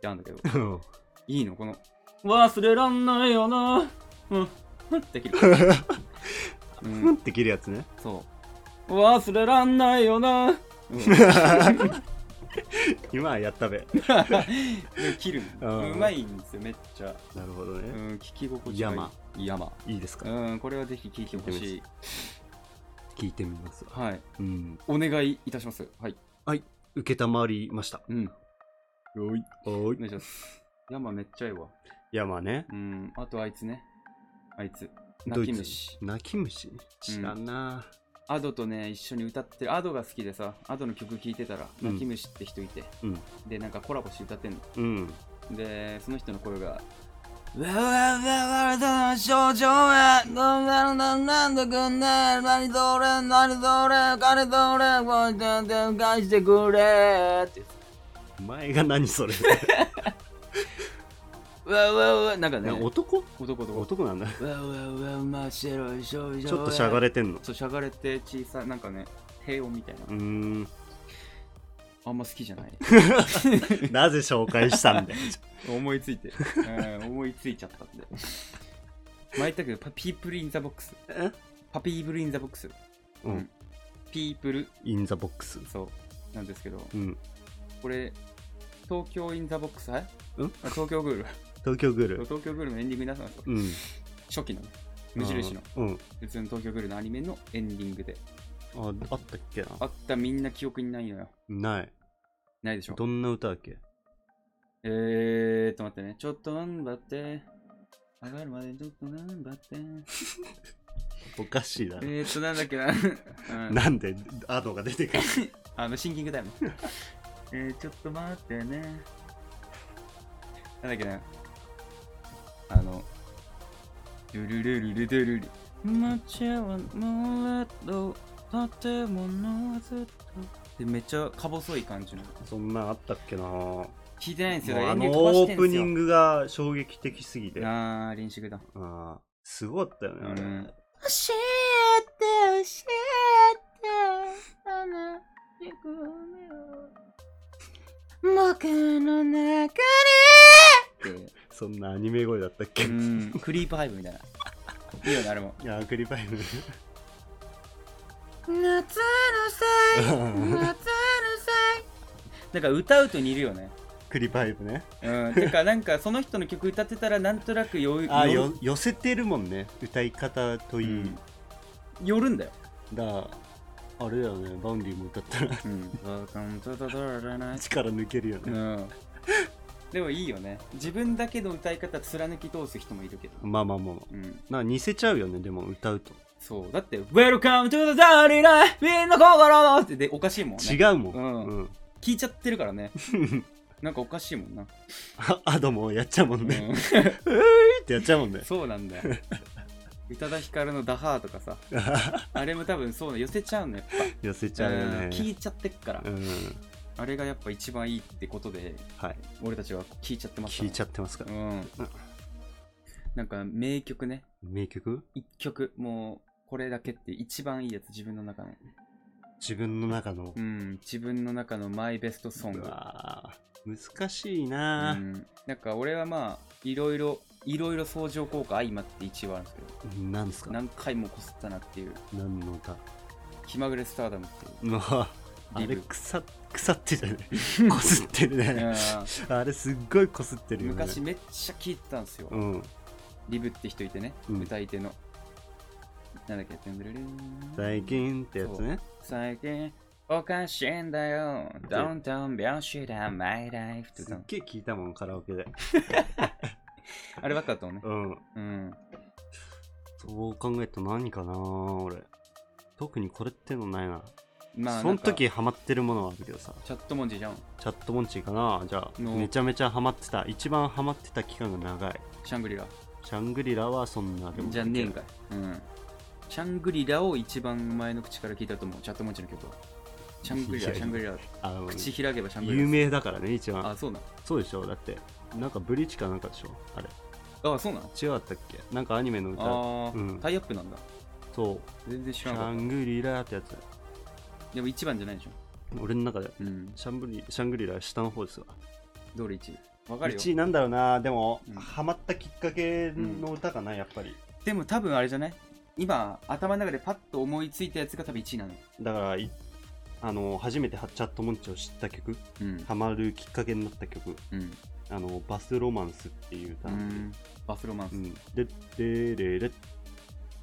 [SPEAKER 2] てあるんだけどいいのこの忘れらんないよなうんうんできる、う
[SPEAKER 1] ふん
[SPEAKER 2] ん
[SPEAKER 1] っ、て切るやつね。
[SPEAKER 2] そう忘れらんないよな、うん、
[SPEAKER 1] 今はやったべ。
[SPEAKER 2] で切る
[SPEAKER 1] う
[SPEAKER 2] うんまいんですよめっちゃ、
[SPEAKER 1] なるほど
[SPEAKER 2] う
[SPEAKER 1] ね。
[SPEAKER 2] ん、聞き心地がいい
[SPEAKER 1] 山。
[SPEAKER 2] 山
[SPEAKER 1] いいですか
[SPEAKER 2] うんこれはぜひ聞いてほしい
[SPEAKER 1] 聞いてみますわ。
[SPEAKER 2] はい
[SPEAKER 1] うん。
[SPEAKER 2] お願いいたしますはい
[SPEAKER 1] 受けたまりました。
[SPEAKER 2] うんおい
[SPEAKER 1] お
[SPEAKER 2] お
[SPEAKER 1] い。
[SPEAKER 2] 願いします山めっちゃいいわ
[SPEAKER 1] 山ね。
[SPEAKER 2] うんあとあいつねあいつ
[SPEAKER 1] ド
[SPEAKER 2] 泣
[SPEAKER 1] イ
[SPEAKER 2] き
[SPEAKER 1] ツ
[SPEAKER 2] 虫
[SPEAKER 1] 泣き虫知らんな、
[SPEAKER 2] アドとね一緒に歌ってるアドが好きでさアドの曲聴いてたら
[SPEAKER 1] うん
[SPEAKER 2] 泣き虫って人いて、
[SPEAKER 1] うん
[SPEAKER 2] でなんかコラボして歌ってんの
[SPEAKER 1] うん。
[SPEAKER 2] で、その人の声が。わわわわわ症状はどんななんなんだくんね何どれ何どれ彼どれこうやって返してくれって
[SPEAKER 1] お前が何それ、
[SPEAKER 2] わわわなんか ね
[SPEAKER 1] ね、男
[SPEAKER 2] 男と
[SPEAKER 1] 男なんだ。
[SPEAKER 2] わわわ真っ白い症状
[SPEAKER 1] ちょっとしゃが
[SPEAKER 2] れ
[SPEAKER 1] れてんの。
[SPEAKER 2] そうしゃがれて小さいなんかね平穏みたいな
[SPEAKER 1] うーん。
[SPEAKER 2] あんま好きじゃない
[SPEAKER 1] なぜ紹介したんだよ。
[SPEAKER 2] 思いつ いて、うん、思いついちゃったんで前言ったけどパピープルインザボックス
[SPEAKER 1] え
[SPEAKER 2] パピープルインザボックス
[SPEAKER 1] うん。
[SPEAKER 2] ピープル
[SPEAKER 1] インザボックス。
[SPEAKER 2] そうなんですけど
[SPEAKER 1] うん。
[SPEAKER 2] これ東京インザボックスはい
[SPEAKER 1] ん
[SPEAKER 2] あ東京グール
[SPEAKER 1] 東京グール。
[SPEAKER 2] 東京グールのエンディングに出したんですよ
[SPEAKER 1] うん。
[SPEAKER 2] 初期のね無印の
[SPEAKER 1] あー。うん。
[SPEAKER 2] 別の東京グールのアニメのエンディングで
[SPEAKER 1] あ、あったっけな
[SPEAKER 2] あったみんな記憶にないのよ
[SPEAKER 1] ない。
[SPEAKER 2] ないでしょ
[SPEAKER 1] どんな歌だっけ
[SPEAKER 2] えーっと待ってねちょっと頑張って上がるまでちょっと頑張って
[SPEAKER 1] おかしいだろ。
[SPEAKER 2] えーっとなんだ っけな、うん、
[SPEAKER 1] なんでアドが出てくる
[SPEAKER 2] あのシンキ ングタイムえー、ちょっと待ってねなんだっけなあのルルルルルルルル街はもうど建物はずっとでめっちゃか細い感じの
[SPEAKER 1] そんなんあったっけなも
[SPEAKER 2] 聞いてないんです
[SPEAKER 1] う
[SPEAKER 2] よ
[SPEAKER 1] あの
[SPEAKER 2] エンディング飛ばし
[SPEAKER 1] オ
[SPEAKER 2] て
[SPEAKER 1] ー
[SPEAKER 2] んす
[SPEAKER 1] プ
[SPEAKER 2] よ
[SPEAKER 1] ニングが衝撃的すぎて。あ
[SPEAKER 2] あーリンシグだ
[SPEAKER 1] ーすごかったよね、あれ。
[SPEAKER 2] うん
[SPEAKER 3] 教えて教えてあの夢を僕の中に
[SPEAKER 2] って
[SPEAKER 1] そんなアニメ声だったっけ、
[SPEAKER 2] うんクリープハイブみたいないいよねあれも
[SPEAKER 1] いやー、クリパイム。
[SPEAKER 3] 夏のせい夏の
[SPEAKER 2] なんか歌うと似るよね
[SPEAKER 1] クリパイムね。
[SPEAKER 2] うんてかなんかその人の曲歌ってたらなんとなくよよ
[SPEAKER 1] あ、よ、寄せてるもんね。歌い方といい。
[SPEAKER 2] 寄るんだよ
[SPEAKER 1] だ、あれだよね。バウンディも歌ったら
[SPEAKER 2] うん。
[SPEAKER 1] 力抜けるよね。
[SPEAKER 2] でもいいよね。自分だけの歌い方貫き通す人もいるけど。
[SPEAKER 1] まあまあまあまあ。
[SPEAKER 2] うん。
[SPEAKER 1] なんか似せちゃうよね、でも歌うと。
[SPEAKER 2] そう。だって、Welcome to the Dark Night! みんな心のってでおかしいもんね。
[SPEAKER 1] 違うもん。
[SPEAKER 2] うん
[SPEAKER 1] うん。
[SPEAKER 2] 聞いちゃってるからね。なんかおかしいもんな。
[SPEAKER 1] あアドもやっちゃうもん
[SPEAKER 2] う
[SPEAKER 1] ね。
[SPEAKER 2] ん、
[SPEAKER 1] ってやっちゃうもんね。
[SPEAKER 2] そうなん だよ。宇多田ヒカルのダハーとかさ。あれも多分そうな寄せちゃうのやっぱ。
[SPEAKER 1] 寄せちゃうよ
[SPEAKER 2] う
[SPEAKER 1] ね
[SPEAKER 2] ん。聞いちゃってっから、
[SPEAKER 1] うん。
[SPEAKER 2] あれがやっぱ一番いいってことで、
[SPEAKER 1] はい。
[SPEAKER 2] 俺たちは聞いちゃってますか
[SPEAKER 1] 聞
[SPEAKER 2] ら
[SPEAKER 1] いちゃってますから
[SPEAKER 2] う。ん。なんか名曲ね。
[SPEAKER 1] 名曲
[SPEAKER 2] 一曲、もうこれだけって一番いいやつ、自分の中の。
[SPEAKER 1] 自分の中の
[SPEAKER 2] う。ん、自分の中のマイベストソン
[SPEAKER 1] う
[SPEAKER 2] グ。
[SPEAKER 1] わー難しいうなぁ。
[SPEAKER 2] ん、なんか俺はまあ、いろいろ、いろいろ相乗効果相まって一番あるんですけど、
[SPEAKER 1] 何ですか
[SPEAKER 2] 何回もこすったなっていう、
[SPEAKER 1] 何の歌
[SPEAKER 2] 気まぐれスターダムっていう。
[SPEAKER 1] うわあ
[SPEAKER 2] リブ
[SPEAKER 1] れ腐っ腐ってる ねこすってる ね
[SPEAKER 2] う
[SPEAKER 1] あれすっごいこすって
[SPEAKER 2] ん
[SPEAKER 1] るよね
[SPEAKER 2] 昔めっちゃ聴いてたんですよ。
[SPEAKER 1] うん
[SPEAKER 2] リブって人いてね、
[SPEAKER 1] うん
[SPEAKER 2] 歌い手の。なんだっけ、てんるるるん
[SPEAKER 1] 最近ってやつね
[SPEAKER 2] 最近おかしいんだよ。どんどん拍子だ、マイライフっ
[SPEAKER 1] す
[SPEAKER 2] て歌
[SPEAKER 1] っ
[SPEAKER 2] うの
[SPEAKER 1] げえ聞いたもんカラオケで
[SPEAKER 2] あればっかだったもんね。
[SPEAKER 1] うん
[SPEAKER 2] うん。
[SPEAKER 1] そう考えると何かな俺特にこれってのないな
[SPEAKER 2] まあ、
[SPEAKER 1] そ
[SPEAKER 2] なん
[SPEAKER 1] の
[SPEAKER 2] か
[SPEAKER 1] 時ハマってるものはあるけどさ
[SPEAKER 2] チャット文字じゃん。
[SPEAKER 1] チャットモンチーかなじゃあ
[SPEAKER 2] の
[SPEAKER 1] めちゃめちゃハマってた一番ハマってた期間が長い
[SPEAKER 2] シャングリラ。
[SPEAKER 1] シャングリラはそんなでも
[SPEAKER 2] じゃねえんかい。うん。シャングリラを一番前の口から聞いたと思う、チャット文字の曲は。シャングリ
[SPEAKER 1] いや
[SPEAKER 2] ラ、
[SPEAKER 1] いや
[SPEAKER 2] シャングリラ。
[SPEAKER 1] あの
[SPEAKER 2] 口開けばシャングリラ。
[SPEAKER 1] 有名だからね一番
[SPEAKER 2] あ、そうな
[SPEAKER 1] そうでしょだってなんかブリーチかなんかでしょあれ
[SPEAKER 2] の。あ、そうなの
[SPEAKER 1] 違ったっけなんかアニメの歌
[SPEAKER 2] あー、
[SPEAKER 1] うん
[SPEAKER 2] タイアップなんだ。
[SPEAKER 1] そう
[SPEAKER 2] 全然知
[SPEAKER 1] シ
[SPEAKER 2] らな
[SPEAKER 1] ャ
[SPEAKER 2] かっ
[SPEAKER 1] ングリラってやつ
[SPEAKER 2] た。でも一番じゃないでしょ。
[SPEAKER 1] 俺の中で
[SPEAKER 2] うん。
[SPEAKER 1] シャンブリシャングリラは下の方ですわ
[SPEAKER 2] どれ1位わかるよ。
[SPEAKER 1] 1位なんだろうなでも、
[SPEAKER 2] うん
[SPEAKER 1] ハマったきっかけの歌かなやっぱり
[SPEAKER 2] でも多分あれじゃない今、頭の中でパッと思いついたやつが多分1位なの。
[SPEAKER 1] だからいあの初めてはチャットモンチを知った曲
[SPEAKER 2] うん。
[SPEAKER 1] ハマるきっかけになった曲
[SPEAKER 2] うん。
[SPEAKER 1] あのバスロマンスっていう歌なんで
[SPEAKER 2] バスロマンス。
[SPEAKER 1] うんででれれ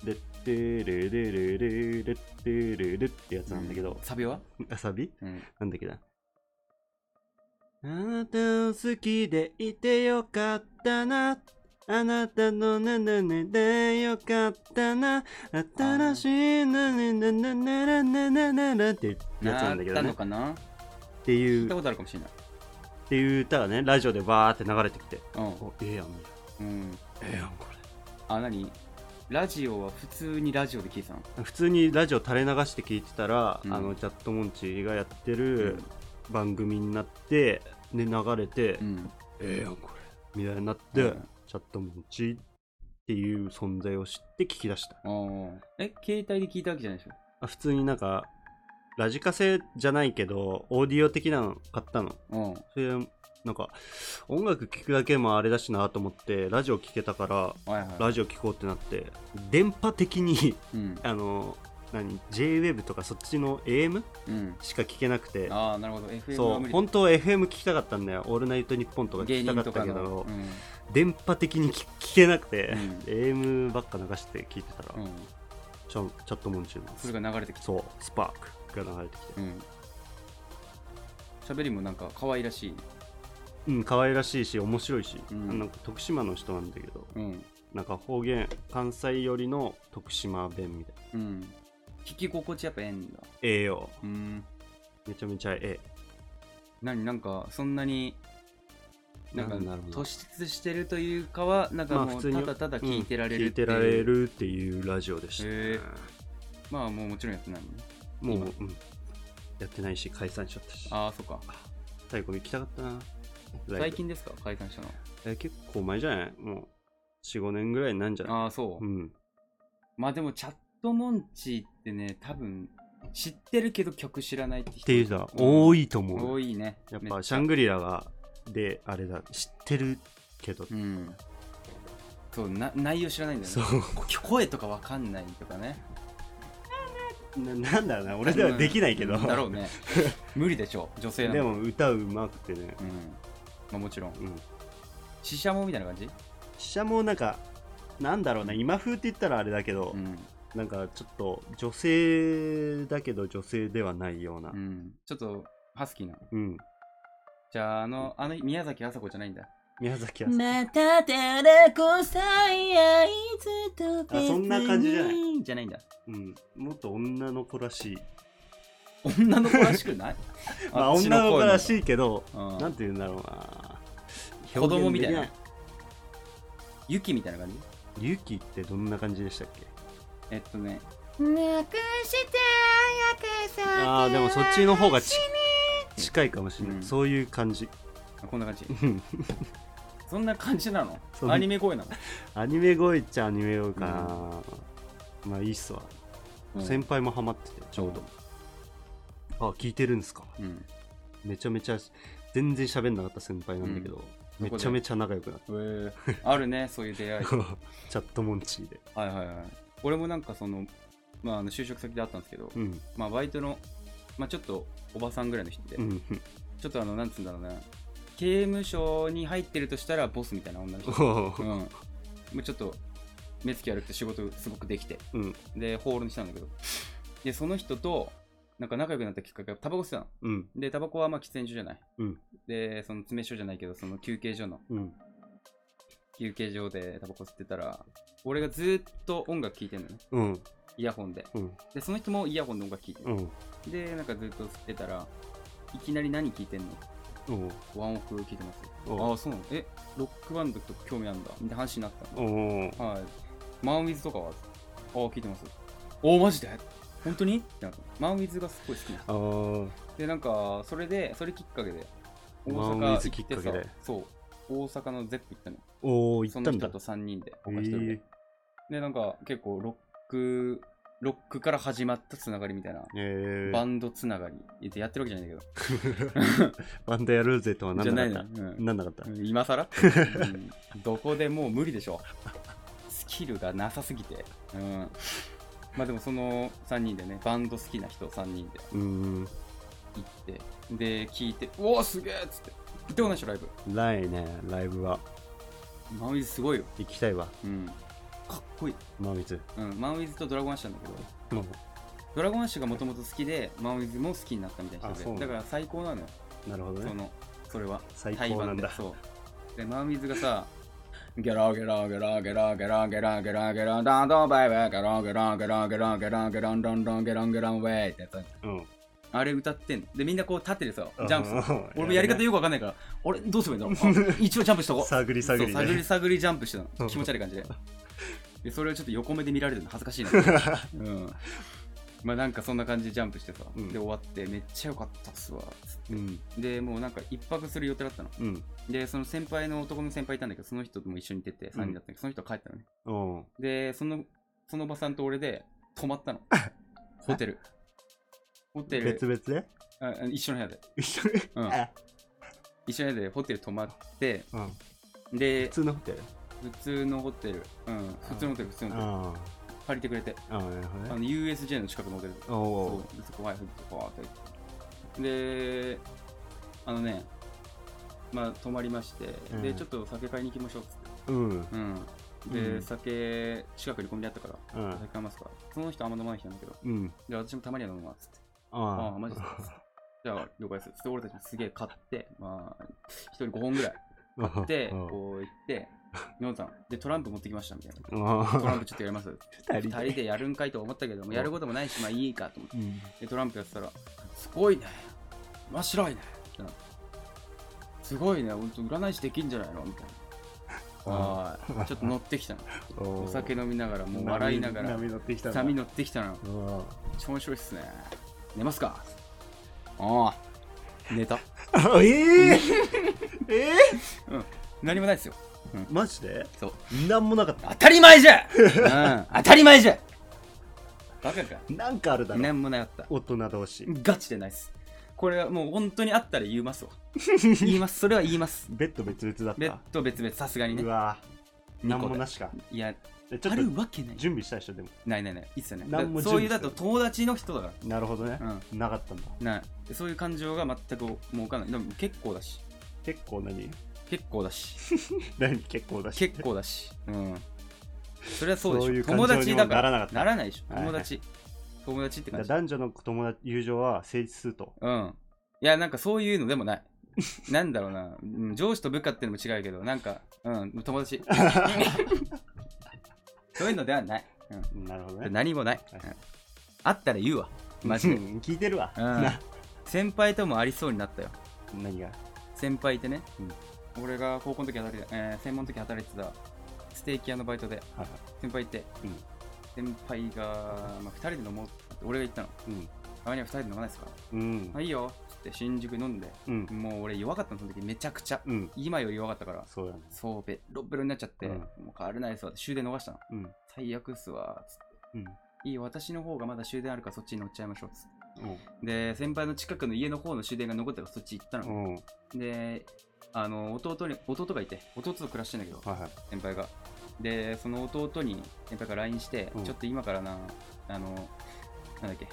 [SPEAKER 1] ででれれれれででれれってやつなんだけど、
[SPEAKER 2] サビは
[SPEAKER 1] あサビ
[SPEAKER 2] うん。
[SPEAKER 1] なんだっけな。あなたを好きでいてよかったな。あなたのねねねでよかったな。新しいねねねねねねねねねねってやつなんだけど
[SPEAKER 2] った
[SPEAKER 1] ね。
[SPEAKER 2] の
[SPEAKER 1] っ
[SPEAKER 2] かな
[SPEAKER 1] てい
[SPEAKER 2] 聞
[SPEAKER 1] う、
[SPEAKER 2] いた
[SPEAKER 1] っ
[SPEAKER 2] ことあるかもしれない。
[SPEAKER 1] ていう歌がね、ラジオでバーって流れてきて。
[SPEAKER 2] う
[SPEAKER 1] お、ええやん。
[SPEAKER 2] ん。うん。
[SPEAKER 1] ええやん、こ
[SPEAKER 2] あ、なにラジオは普通にラジオで聞いてたの
[SPEAKER 1] れ。普通にラジオ垂れ流して聞いてたら、
[SPEAKER 2] うん
[SPEAKER 1] あの、チャットモンチがやってる番組になって、で、流れて、
[SPEAKER 2] うん。
[SPEAKER 1] ええやんこれみたいになって、
[SPEAKER 2] うん
[SPEAKER 1] チャットモンチっていう存在を知って聞き出した
[SPEAKER 2] うん。え、携帯で聞いたわけじゃないでしょ
[SPEAKER 1] あ普通になんかラジカセじゃないけどオーディオ的なの買ったの
[SPEAKER 2] うん。
[SPEAKER 1] それでなんか音楽聴くだけもあれだしなと思ってラジオ聴けたから
[SPEAKER 2] はいはい。
[SPEAKER 1] ラジオ聴こうってなって電波的に
[SPEAKER 2] うん。
[SPEAKER 1] あの何 JWEB とかそっちの AM
[SPEAKER 2] うん。
[SPEAKER 1] しか聴けなくて
[SPEAKER 2] ああ、なるほど。FM は
[SPEAKER 1] そ
[SPEAKER 2] 無
[SPEAKER 1] う
[SPEAKER 2] 理
[SPEAKER 1] 本当は FM 聴きたかったんだよ「オールナイトニッポン」とか聴
[SPEAKER 2] 芸
[SPEAKER 1] きたか
[SPEAKER 2] 人
[SPEAKER 1] った
[SPEAKER 2] とか
[SPEAKER 1] け
[SPEAKER 2] の
[SPEAKER 1] ど、。電波的に聞聞けなくて、
[SPEAKER 2] うん
[SPEAKER 1] AM ばっか流して聞いてたら、
[SPEAKER 2] うん。うん。
[SPEAKER 1] ちゃんチャットモンチューの
[SPEAKER 2] それが流れてきて。
[SPEAKER 1] そうスパークが流れてきて
[SPEAKER 2] うん。喋りもなんか可愛らしい。
[SPEAKER 1] うん可愛らしいし面白いし、
[SPEAKER 2] うん
[SPEAKER 1] あの徳島の人なんだけど
[SPEAKER 2] うん。
[SPEAKER 1] なんか方言関西寄りの徳島弁みたいな
[SPEAKER 2] うん。聞き心地やっぱええんだ。
[SPEAKER 1] ええよ
[SPEAKER 2] うん。
[SPEAKER 1] めちゃめちゃええ
[SPEAKER 2] 何なんかそんなになんか
[SPEAKER 1] なんだろうな
[SPEAKER 2] 突出してるというかはなんかもうただただ聞いてられる
[SPEAKER 1] うん聞
[SPEAKER 2] っ
[SPEAKER 1] い
[SPEAKER 2] てい
[SPEAKER 1] て
[SPEAKER 2] う
[SPEAKER 1] られるっていうラジオでした、
[SPEAKER 2] へえまあもうもちろんやってないもん
[SPEAKER 1] も
[SPEAKER 2] ね
[SPEAKER 1] う、うん、やってないし解散しちゃったし
[SPEAKER 2] ああそっか
[SPEAKER 1] 最後に行きたかったなライブ
[SPEAKER 2] 最近ですか解散したの
[SPEAKER 1] え結構前じゃないもう45年ぐらいになんじゃない
[SPEAKER 2] ああそう、
[SPEAKER 1] うん
[SPEAKER 2] まあでもチャットモンチーってね多分知ってるけど曲知らないって人
[SPEAKER 1] っていう人は
[SPEAKER 2] うん
[SPEAKER 1] 多いと思う、
[SPEAKER 2] 多いね
[SPEAKER 1] やっ
[SPEAKER 2] め
[SPEAKER 1] ぱ
[SPEAKER 2] ち
[SPEAKER 1] シ
[SPEAKER 2] ゃ
[SPEAKER 1] ャングリラがであれだ知ってるけど、
[SPEAKER 2] うんそうな内容知らないんだよ
[SPEAKER 1] そ
[SPEAKER 2] ね
[SPEAKER 1] う
[SPEAKER 2] 声とかわかんないとかね
[SPEAKER 1] ななんだろうな俺ではできないけど、
[SPEAKER 2] うんだろうね無理でしょ女性なの
[SPEAKER 1] でも歌うまくてね
[SPEAKER 2] うんまあもちろん
[SPEAKER 1] うん
[SPEAKER 2] シシャモみたいな感じ
[SPEAKER 1] 飛車もなんかなんだろうな今風って言ったらあれだけど、
[SPEAKER 2] うん
[SPEAKER 1] なんかちょっと女性だけど女性ではないような
[SPEAKER 2] うん、ちょっとハスキーな。
[SPEAKER 1] うん
[SPEAKER 2] じゃあ、あの、あの宮崎あさこじゃないんだ。
[SPEAKER 1] 宮崎あさ
[SPEAKER 3] また誰こさえあいつと別に
[SPEAKER 1] あそんな感じじゃない
[SPEAKER 2] じゃないんだ。
[SPEAKER 1] うんもっと女の子らしい
[SPEAKER 2] 女の子らしくない
[SPEAKER 1] まあ女の子らし
[SPEAKER 2] い。
[SPEAKER 1] いけど
[SPEAKER 2] うん
[SPEAKER 1] なんて言うんだろうな
[SPEAKER 2] 子供みたい
[SPEAKER 1] 表
[SPEAKER 2] な
[SPEAKER 1] 現で。
[SPEAKER 2] ユキみたいな感じ
[SPEAKER 1] きいユキってどんな感じでしたっけ
[SPEAKER 2] えっとね、
[SPEAKER 3] なくして約束
[SPEAKER 1] あーでもそっちの方がち近いかもしれない、
[SPEAKER 2] うん
[SPEAKER 1] そういう感じ
[SPEAKER 2] こんな感じ。
[SPEAKER 1] うん
[SPEAKER 2] そんな感じなの
[SPEAKER 1] そんな
[SPEAKER 2] アニメ声なの、
[SPEAKER 1] アニメ声っちゃアニメ声かな、まあいいっすわ、
[SPEAKER 2] うん
[SPEAKER 1] 先輩もハマっててちょうど、あ聞いてるんですか
[SPEAKER 2] うん。
[SPEAKER 1] めちゃめちゃ全然喋んなかった先輩なんだけど、
[SPEAKER 2] うん
[SPEAKER 1] めちゃめちゃ仲良くなっ
[SPEAKER 2] えー、あるね、そういう出 会い
[SPEAKER 1] た、。チャットモンチーで
[SPEAKER 2] はいはいはい。俺もなんかその、まあ、あの就職先であったんですけど、
[SPEAKER 1] うん
[SPEAKER 2] まあ、バイトの、まあ、ちょっとおばさんぐらいの人で、
[SPEAKER 1] うん
[SPEAKER 2] ちょっとあの、なんつうんだろうな、刑務所に入ってるとしたらボスみたいな女 の人。うん。もうちょっと、目つき悪くて仕事すごくできて。
[SPEAKER 1] うん
[SPEAKER 2] で、ホールにしたんだけど。で、その人と、なんか仲良くなったきっかけがタバコ吸ってたの。
[SPEAKER 1] うん
[SPEAKER 2] で、タバコはまあ喫煙所じゃない。
[SPEAKER 1] うん
[SPEAKER 2] で、その詰め所じゃないけど、その休憩所の、
[SPEAKER 1] うん
[SPEAKER 2] 休憩所でタバコ吸ってたら、俺がずーっと音楽聴いてんのね。
[SPEAKER 1] うん
[SPEAKER 2] イヤホンで。
[SPEAKER 1] うん
[SPEAKER 2] で、その人もイヤホンの音楽聴いて
[SPEAKER 1] う
[SPEAKER 2] る。
[SPEAKER 1] ん
[SPEAKER 2] で、なんかずっと吸ってたら、いきなり何聴いてんの
[SPEAKER 1] うん
[SPEAKER 2] ワンオク聞いてます。
[SPEAKER 1] お
[SPEAKER 2] ああ、そうなのえ、ロックバンドとか興味あるんだみたいな話になった
[SPEAKER 1] お
[SPEAKER 2] の。はい。マンウィズとかはああ、聞いてます。おお、マジで本当にってなったマンウィズがすごい好きな
[SPEAKER 1] あー
[SPEAKER 2] でなんかそれでそれきっかけで大
[SPEAKER 1] マンウィ
[SPEAKER 2] 阪行って
[SPEAKER 1] ズ
[SPEAKER 2] さ
[SPEAKER 1] きっかけで
[SPEAKER 2] そう大阪のゼップ行ったの
[SPEAKER 1] おー、行
[SPEAKER 2] そ
[SPEAKER 1] った
[SPEAKER 2] の
[SPEAKER 1] ん
[SPEAKER 2] 人
[SPEAKER 1] だ
[SPEAKER 2] と。3人で
[SPEAKER 1] え
[SPEAKER 2] 他1人で、
[SPEAKER 1] ー
[SPEAKER 2] でなんか結構ロックロックから始まったつながりみたいな、
[SPEAKER 1] えー
[SPEAKER 2] バンドつながりいややってるわけじゃないんだ
[SPEAKER 1] バンドやるぜとは
[SPEAKER 2] けど
[SPEAKER 1] な
[SPEAKER 2] じゃ
[SPEAKER 1] ん
[SPEAKER 2] な
[SPEAKER 1] ないか
[SPEAKER 2] の
[SPEAKER 1] っ
[SPEAKER 2] よ、
[SPEAKER 1] た。なんなかった
[SPEAKER 2] う。んうん今更、うんどこでもう無理でしょスキルがなさすぎて、うん、まあでもその3人でねバンド好きな人3人で
[SPEAKER 1] うん。
[SPEAKER 2] 行ってで聞いて「うおーすげえ!」っつって行ってこないでしょライブ
[SPEAKER 1] ないね、ライブは。
[SPEAKER 2] マンウィズすごいよ、
[SPEAKER 1] 行きたいわ、
[SPEAKER 2] うん、かっこいい、
[SPEAKER 1] マミツ。
[SPEAKER 2] うん、マンウィズとドラゴンアッシュなんだけど
[SPEAKER 1] もう
[SPEAKER 2] ドラゴンアッシュがもともと好きでマンウィズも好きになったみたいな
[SPEAKER 1] あそう
[SPEAKER 2] 人
[SPEAKER 1] なん
[SPEAKER 2] で
[SPEAKER 1] だ
[SPEAKER 2] だから最高なのよ、
[SPEAKER 1] なるほど
[SPEAKER 2] そ
[SPEAKER 1] ね。
[SPEAKER 2] のそれは
[SPEAKER 1] 最高なんだ
[SPEAKER 2] 対バンでそうでマンウィズがさゲラゲラゲラゲラゲラゲラゲラゲラダンダンバイバイゲラゲラゲラゲラゲラゲランダンダンゲランゲランウェイってやつ
[SPEAKER 1] うん。
[SPEAKER 2] あれ歌ってんのでみんなこう立ってるさジャンプする
[SPEAKER 1] プ
[SPEAKER 2] 俺もやり方よくわかんないから俺どうすればいいんだろうあ一応ジャンプしとこう
[SPEAKER 1] 探り探り
[SPEAKER 2] そう探り
[SPEAKER 1] ね。
[SPEAKER 2] 探りジャンプしてた
[SPEAKER 1] うん
[SPEAKER 2] の気持ち悪 い感じででそれをちょっと横目で見られるの恥ずかしいな、うん、まあなんかそんな感じでジャンプしてさ、
[SPEAKER 1] うん
[SPEAKER 2] で終わってめっちゃ良かったっすわつ
[SPEAKER 1] う
[SPEAKER 2] っ
[SPEAKER 1] ん。
[SPEAKER 2] てでもうなんか一泊する予定だったの
[SPEAKER 1] うん。
[SPEAKER 2] でその先輩の男の先輩いたんだけどその人とも一緒に出て3人だったんだけど、その人は帰ったのね
[SPEAKER 1] うん。
[SPEAKER 2] でそのそのおばさんと俺で泊ま ったのホテルホテル
[SPEAKER 1] 別々で
[SPEAKER 2] ああ一緒の部屋で
[SPEAKER 1] 一緒に。
[SPEAKER 2] うん
[SPEAKER 1] あ
[SPEAKER 2] 一緒の部屋でホテル泊まって
[SPEAKER 1] うん
[SPEAKER 2] で
[SPEAKER 1] 普通のホテル
[SPEAKER 2] 普通のホテル、うん、普通のホテル普通のホテル
[SPEAKER 1] あ
[SPEAKER 2] 借りてくれて
[SPEAKER 1] あ。ああ、なるほ
[SPEAKER 2] あ
[SPEAKER 1] ど
[SPEAKER 2] の
[SPEAKER 1] ね。
[SPEAKER 2] USJ の近くのホテル
[SPEAKER 1] おお
[SPEAKER 2] そうでそこはバーってであのねまあ泊まりまして、
[SPEAKER 1] うん
[SPEAKER 2] でちょっと酒買いに行きましょうっつって
[SPEAKER 1] ー。うん。
[SPEAKER 2] うんで、
[SPEAKER 1] うん
[SPEAKER 2] 酒近くにコンビニあったから
[SPEAKER 1] うん
[SPEAKER 2] 酒買いますかその人あんま飲まない人なんだけど
[SPEAKER 1] うん。
[SPEAKER 2] じゃあ私もたまには飲むわっつってあ
[SPEAKER 1] あ
[SPEAKER 2] あマジですかじゃあ了解ですっつって俺たちもすげえ買ってまあ一人5本ぐらい
[SPEAKER 1] あ。
[SPEAKER 2] で
[SPEAKER 1] うん
[SPEAKER 2] こう行ってノンさんでトランプ持ってきましたみたいなトラン
[SPEAKER 1] あ
[SPEAKER 2] プちょっとやります
[SPEAKER 1] あ。
[SPEAKER 2] 二人でやるんかいと思ったけどもやることもないしまあいいかと思って
[SPEAKER 1] うん。
[SPEAKER 2] でトランプやってたら「すごいね面白いね」ってなすごいねほんと占い師できんじゃないの?」みたいなはいちょっと乗ってきたの
[SPEAKER 1] お
[SPEAKER 2] お酒飲みながらもう
[SPEAKER 1] 波
[SPEAKER 2] 笑いながら
[SPEAKER 1] 波乗ってきたんだ
[SPEAKER 2] 波乗ってきたのめっ
[SPEAKER 1] うん
[SPEAKER 2] ちゃ面白いっすね寝ますかああ寝た
[SPEAKER 1] あええええ
[SPEAKER 2] 何もないですよ
[SPEAKER 1] マジで
[SPEAKER 2] そう
[SPEAKER 1] なんもなかった
[SPEAKER 2] 当たり前 じゃ、うん、当たり前じゃバカか
[SPEAKER 1] なんかあるだろ
[SPEAKER 2] 何もなかった
[SPEAKER 1] 大人同士
[SPEAKER 2] ガチでないっすこれはもう本当にあったら言います わ言いますそれは言います
[SPEAKER 1] ベッド別々だ
[SPEAKER 2] ベ
[SPEAKER 1] っ
[SPEAKER 2] ッド別々さすが
[SPEAKER 1] た
[SPEAKER 2] にね
[SPEAKER 1] うわ
[SPEAKER 2] 二
[SPEAKER 1] なん
[SPEAKER 2] 個で
[SPEAKER 1] もなしか
[SPEAKER 2] いや
[SPEAKER 1] えちょ
[SPEAKER 2] あ
[SPEAKER 1] っと
[SPEAKER 2] るわけない
[SPEAKER 1] 準備したでしょでも
[SPEAKER 2] ないないないいっすよねだ
[SPEAKER 1] なんも
[SPEAKER 2] そういうだと
[SPEAKER 1] 準備す
[SPEAKER 2] 友達の人だか
[SPEAKER 1] なるほどね
[SPEAKER 2] ら
[SPEAKER 1] なかったんだ
[SPEAKER 2] うんないそういう感情が全くもうわかんないでも結構だし
[SPEAKER 1] 結構何
[SPEAKER 2] 結構だし
[SPEAKER 1] 何結構だし
[SPEAKER 2] 結構だしうんそれはそうでしょ
[SPEAKER 1] そういう感情
[SPEAKER 2] 友達だ
[SPEAKER 1] にもな
[SPEAKER 2] から
[SPEAKER 1] らなかった
[SPEAKER 2] ならないでしょ
[SPEAKER 1] はいはい
[SPEAKER 2] 友達、友達って
[SPEAKER 1] だか
[SPEAKER 2] 感
[SPEAKER 1] ら男
[SPEAKER 2] じ
[SPEAKER 1] 女の友達友情は成立すると
[SPEAKER 2] うんいやなんかそういうのでもない なんだろうな、うん上司と部下ってのも違うけどなんかうん 友達そういうのではない、うん
[SPEAKER 1] なるほどね
[SPEAKER 2] 何もない、
[SPEAKER 1] はい
[SPEAKER 2] うんあったら言うわマジで
[SPEAKER 1] うん聞いてるわ
[SPEAKER 2] うん
[SPEAKER 1] な
[SPEAKER 2] 先輩ともありそうになったよ
[SPEAKER 1] 何が
[SPEAKER 2] 先輩ってね、俺が高校の時働いて、えー専門の時働いてたステーキ屋のバイトで
[SPEAKER 1] はいは
[SPEAKER 2] 先輩いて、
[SPEAKER 1] うん
[SPEAKER 2] 先輩が、まあ、2人で飲もうって俺が言ったの
[SPEAKER 1] いうん
[SPEAKER 2] たまには2人で飲まないですか、
[SPEAKER 1] うん
[SPEAKER 2] あいいよっつって新宿飲んで
[SPEAKER 1] うん
[SPEAKER 2] もう俺弱かったのその時めちゃくちゃ
[SPEAKER 1] うん
[SPEAKER 2] 今より弱かったから
[SPEAKER 1] そうだね
[SPEAKER 2] そうベロッベロになっちゃって、
[SPEAKER 1] うん
[SPEAKER 2] もう帰れないですわ終電逃したの
[SPEAKER 1] うん
[SPEAKER 2] 最悪っすわつって
[SPEAKER 1] うん
[SPEAKER 2] いいよ私の方がまだ終電あるからそっちに乗っちゃいましょうっつって
[SPEAKER 1] うん
[SPEAKER 2] で先輩の近くの家の方の終電が残ったからそっち行ったの、
[SPEAKER 1] うんはい
[SPEAKER 2] であの弟に弟がいて弟と暮らしてんだけど
[SPEAKER 1] はい
[SPEAKER 2] 先輩がでその弟に先輩が LINE して、
[SPEAKER 1] うん
[SPEAKER 2] ちょっと今からなあのなんだっけ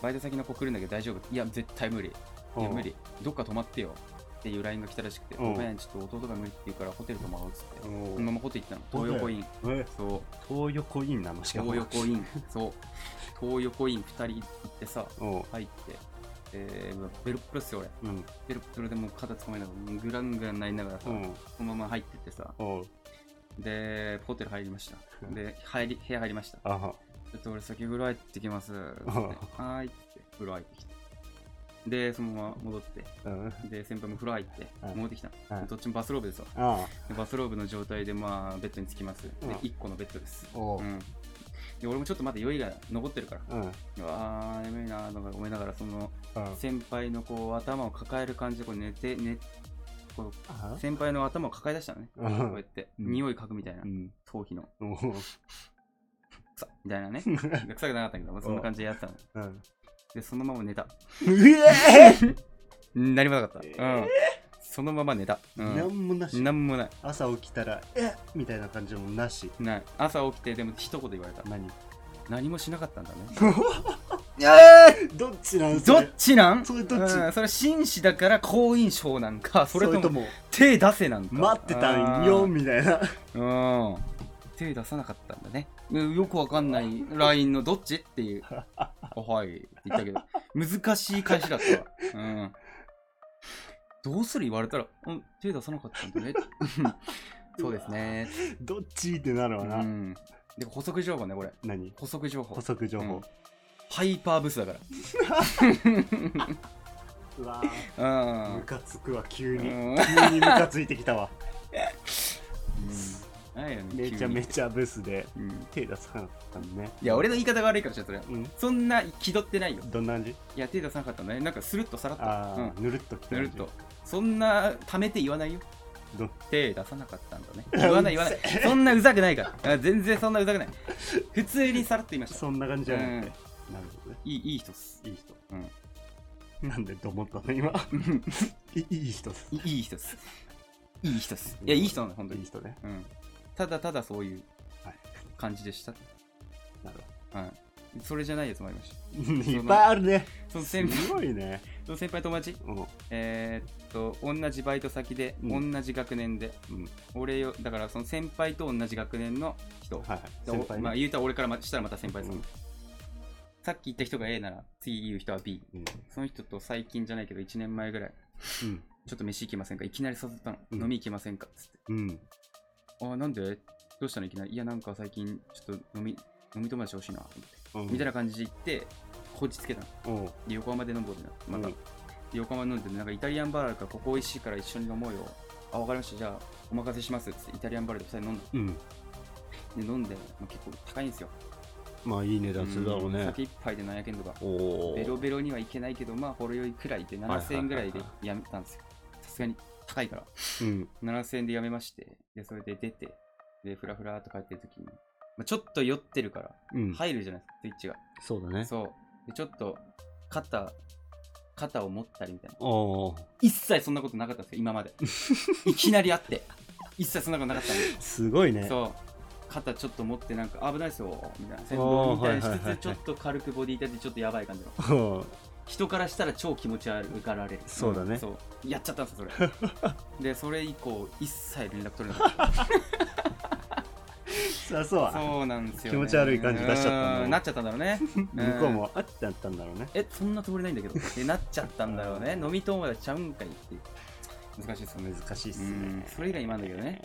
[SPEAKER 2] バイト先の子来るんだけど大丈夫いや絶対無理いや
[SPEAKER 1] うん
[SPEAKER 2] 無理どっか泊まってよっていう LINE が来たらしくて、
[SPEAKER 1] うん
[SPEAKER 2] ごめんちょっと弟が無理って言うからホテル泊まろうっつって、
[SPEAKER 1] お
[SPEAKER 2] そのま
[SPEAKER 1] ー
[SPEAKER 2] まホテル行ったの東横イン
[SPEAKER 1] え
[SPEAKER 2] そう
[SPEAKER 1] 東横インなのしかも
[SPEAKER 2] 東横インそう東横イン2人行ってさ
[SPEAKER 1] おう
[SPEAKER 2] 入って、えー、ベロッベロっすよ俺
[SPEAKER 1] うん
[SPEAKER 2] ベロッベロでもう肩つかめながらグラングランなりながらさ、
[SPEAKER 1] うん
[SPEAKER 2] そのまま入ってってさ
[SPEAKER 1] おう
[SPEAKER 2] でホテル入りました
[SPEAKER 1] うん
[SPEAKER 2] で入り部屋入りましたち
[SPEAKER 1] あは
[SPEAKER 2] ょっと俺先風呂入ってきますつって
[SPEAKER 1] あ
[SPEAKER 2] はーいって風呂入ってきてでそのまま戻って
[SPEAKER 1] うん
[SPEAKER 2] で先輩も風呂入って
[SPEAKER 1] うん
[SPEAKER 2] 戻ってきた
[SPEAKER 1] うん
[SPEAKER 2] どっちもバスローブですわ
[SPEAKER 1] あ
[SPEAKER 2] でバスローブの状態でまあベッドにつきますで
[SPEAKER 1] うん
[SPEAKER 2] 1個のベッドです
[SPEAKER 1] おう
[SPEAKER 2] うんで俺もちょっとまだ酔いが残ってるから
[SPEAKER 1] うん。うん。
[SPEAKER 2] うわー眠いなーとか思いながらその
[SPEAKER 1] あ
[SPEAKER 2] 先輩のこう頭を抱える感じでこう寝て寝こう
[SPEAKER 1] あ
[SPEAKER 2] 先輩の頭を抱え出したのね
[SPEAKER 1] うん
[SPEAKER 2] こうやって
[SPEAKER 1] うん
[SPEAKER 2] 匂い嗅ぐみたいな
[SPEAKER 1] うん。
[SPEAKER 2] 頭皮の
[SPEAKER 1] おー
[SPEAKER 2] 草みたいなね臭くなかったけどまあそんな感じでやってたの
[SPEAKER 1] うん。
[SPEAKER 2] でそのまま寝た
[SPEAKER 1] うえー
[SPEAKER 2] 何もなかった、
[SPEAKER 1] え
[SPEAKER 2] うんそのまま寝た、う、
[SPEAKER 1] なんんもなし。
[SPEAKER 2] 何もない
[SPEAKER 1] 朝起きたら、えっみたいな感じもなし。
[SPEAKER 2] ない朝起きてでも一言言われた
[SPEAKER 1] 何
[SPEAKER 2] 何もしなかったんだね
[SPEAKER 1] どっちなん そ
[SPEAKER 2] ど
[SPEAKER 1] れ
[SPEAKER 2] っちなん
[SPEAKER 1] それどっち
[SPEAKER 2] うんそれ紳士だから好印象なんかそれ
[SPEAKER 1] それ
[SPEAKER 2] と
[SPEAKER 1] と
[SPEAKER 2] も
[SPEAKER 1] も、
[SPEAKER 2] 手出せなんか
[SPEAKER 1] 待ってたんよ、みたいな。
[SPEAKER 2] うん手出さなかったんだねうんよくわかんない LINE のどっちっ ていうあはいって言ったけど難しい返しだったわうんどうする言われたらうん手出さなかったんだねそうですね
[SPEAKER 1] どっちってなるわ
[SPEAKER 2] う
[SPEAKER 1] な。
[SPEAKER 2] んで補足情報ねこれ
[SPEAKER 1] 何
[SPEAKER 2] 補足情報
[SPEAKER 1] 補足情報。
[SPEAKER 2] ハイパーブスだか
[SPEAKER 1] うわ
[SPEAKER 2] ら
[SPEAKER 1] ー
[SPEAKER 2] うん
[SPEAKER 1] ムカつくわ、急
[SPEAKER 2] う
[SPEAKER 1] に。
[SPEAKER 2] ん
[SPEAKER 1] 急にムカついてき たわ。
[SPEAKER 2] なんやねん
[SPEAKER 1] めちゃめちゃブスで、
[SPEAKER 2] 急にうん
[SPEAKER 1] 手出さなかったのね。
[SPEAKER 2] いや俺の言い方が悪いからちょっとね
[SPEAKER 1] うん。
[SPEAKER 2] そんな気取ってないよ
[SPEAKER 1] どんな味
[SPEAKER 2] いや手出さなかったねなんかスルッとさらっ
[SPEAKER 1] あ
[SPEAKER 2] と
[SPEAKER 1] あ、ぬるっとき
[SPEAKER 2] う
[SPEAKER 1] た
[SPEAKER 2] ん
[SPEAKER 1] 感
[SPEAKER 2] ぬ
[SPEAKER 1] じ
[SPEAKER 2] るっとそんなためて言わないよ
[SPEAKER 1] ど
[SPEAKER 2] 手出さなかったんだ ね言わない言わないそんなうざくないからあ全然そんなうざくない普通にさらっと言いました
[SPEAKER 1] そんな感じじゃなくて、なるほどね
[SPEAKER 2] いいいい人っす
[SPEAKER 1] いい人
[SPEAKER 2] うん
[SPEAKER 1] なんでと思ったの今 いいい人っす
[SPEAKER 2] いいい人っすいい人っすいやいい人なの本当
[SPEAKER 1] いい
[SPEAKER 2] に
[SPEAKER 1] 人ね
[SPEAKER 2] うんただただそういう
[SPEAKER 1] はい
[SPEAKER 2] 感じでした
[SPEAKER 1] なるほ
[SPEAKER 2] はいそれじゃないやつもありました
[SPEAKER 1] どいっぱいあるね
[SPEAKER 2] その
[SPEAKER 1] す
[SPEAKER 2] 先輩
[SPEAKER 1] ごいね
[SPEAKER 2] その先輩友達
[SPEAKER 1] うん
[SPEAKER 2] えーっと同じバイト先で、
[SPEAKER 1] うん
[SPEAKER 2] 同じ学年で、俺よだからその先輩と同じ学年の人、
[SPEAKER 1] はいはい
[SPEAKER 2] で
[SPEAKER 1] 先
[SPEAKER 2] お
[SPEAKER 1] 輩
[SPEAKER 2] まあ、
[SPEAKER 1] ね
[SPEAKER 2] 言うたら俺からましたらまた先輩です、
[SPEAKER 1] うん
[SPEAKER 2] さっき言った人が A なら次言う人は B
[SPEAKER 1] うん
[SPEAKER 2] その人と最近じゃないけど1年前ぐらい
[SPEAKER 1] うん
[SPEAKER 2] ちょっと飯行きませんかいきなり誘ったの、
[SPEAKER 1] うん
[SPEAKER 2] 飲み行きませんかつって
[SPEAKER 1] うん
[SPEAKER 2] あーなんでどうしたのいきなりいやなんか最近ちょっと飲み飲み友達欲しいな、
[SPEAKER 1] うん
[SPEAKER 2] みたいな感じで行ってこじつけたの
[SPEAKER 1] うん
[SPEAKER 2] で横浜で飲もうってなってまた、
[SPEAKER 1] うん
[SPEAKER 2] 横浜飲んでなんかイタリアンバーあるからここ美味しいから一緒に飲もうよあわかりましたじゃあお任せしますっつってイタリアンバーで2人飲んだ
[SPEAKER 1] うん
[SPEAKER 2] で飲んで、まあ、結構高いんですよ
[SPEAKER 1] まあいい値段するだろう
[SPEAKER 2] うん
[SPEAKER 1] ね
[SPEAKER 2] 酒一杯で700円とか
[SPEAKER 1] おお
[SPEAKER 2] ベロベロにはいけないけどまあほろ酔いくらいで7000円ぐらいでやめたんですよさすがに高いから
[SPEAKER 1] うん
[SPEAKER 2] 7000円でやめましてでそれで出てでフラフラーっと帰ってる時に、まあ、ちょっと酔ってるから
[SPEAKER 1] うん
[SPEAKER 2] 入るじゃないですかスイッチが、
[SPEAKER 1] そうだね
[SPEAKER 2] そうでちょっと肩肩を持ったりみたいな
[SPEAKER 1] おお
[SPEAKER 2] 一切そんなことなかったんですよ今 までいきなり会って一切そんなことなかったんです
[SPEAKER 1] すごいね
[SPEAKER 2] そう肩ちょっと持ってなんか危ないですよみたいな先
[SPEAKER 1] おー
[SPEAKER 2] 導みたいにし
[SPEAKER 1] はいはい
[SPEAKER 2] つ
[SPEAKER 1] はいはい
[SPEAKER 2] つちょっと軽くボディー立ててちょっとやばい感じの
[SPEAKER 1] うん
[SPEAKER 2] 人からしたら超気持ち悪がられる
[SPEAKER 1] そうだね
[SPEAKER 2] んそうやっちゃったんですよそれ でそれ以降一切連絡取れなかっ
[SPEAKER 1] そう そう
[SPEAKER 2] たそうなんですよ、ね、
[SPEAKER 1] 気持ち悪い感じ出しちゃったんだろう
[SPEAKER 2] うなっちゃったんだろうね
[SPEAKER 1] 向こうもあってなったんだろうね
[SPEAKER 2] えそんなつもりないんだけどってなっちゃったんだろ うね飲み友達ちゃうんかいっていう難しいですよね
[SPEAKER 1] 難しいっす
[SPEAKER 2] うん
[SPEAKER 1] ね
[SPEAKER 2] それ以外今あんだけど ね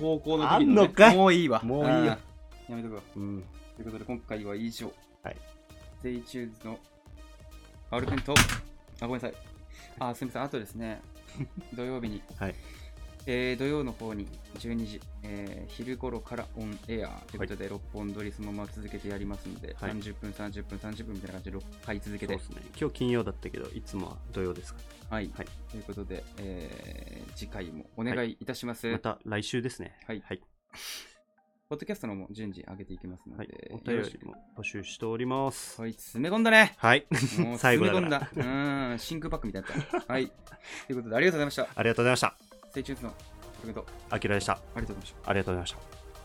[SPEAKER 2] 高校の時の、ね、
[SPEAKER 1] あんのかい
[SPEAKER 2] もういいわ
[SPEAKER 1] もういいよ
[SPEAKER 2] うんやめとくわ
[SPEAKER 1] うん
[SPEAKER 2] ということで今回は以上
[SPEAKER 1] はい
[SPEAKER 2] Stay tuned のアルペンとあごめんなさいあすみませんあとです ね土曜日に、
[SPEAKER 1] はい
[SPEAKER 2] えー土曜の方に12時、えー昼頃からオンエアということで、六6本撮りそのまま続けてやりますので、
[SPEAKER 1] はい
[SPEAKER 2] 30分30分30分みたいな感じで6回続け
[SPEAKER 1] そう
[SPEAKER 2] て
[SPEAKER 1] ですね今日金曜だったけどいつもは土曜ですか
[SPEAKER 2] はい、
[SPEAKER 1] はい
[SPEAKER 2] ということで、えー次回もお願いいたします、
[SPEAKER 1] らまた来週ですね
[SPEAKER 2] はい
[SPEAKER 1] はい
[SPEAKER 2] ポッドキャストの方も順次上げていきますの
[SPEAKER 1] はい
[SPEAKER 2] で、
[SPEAKER 1] お
[SPEAKER 2] よ
[SPEAKER 1] 便
[SPEAKER 2] ろし
[SPEAKER 1] り
[SPEAKER 2] く
[SPEAKER 1] も募集しております
[SPEAKER 2] こいつ詰め込んだね
[SPEAKER 1] はい
[SPEAKER 2] もう
[SPEAKER 1] 最後だか
[SPEAKER 2] 詰め込ん
[SPEAKER 1] ら
[SPEAKER 2] だ。うーん、真空パックみたいになった。はい。ということで、ありがとうございました。
[SPEAKER 1] ありがとうございました
[SPEAKER 2] Stay tuned のコメント、
[SPEAKER 1] あきらでした
[SPEAKER 2] ありがとうございました。
[SPEAKER 1] ありがとうございました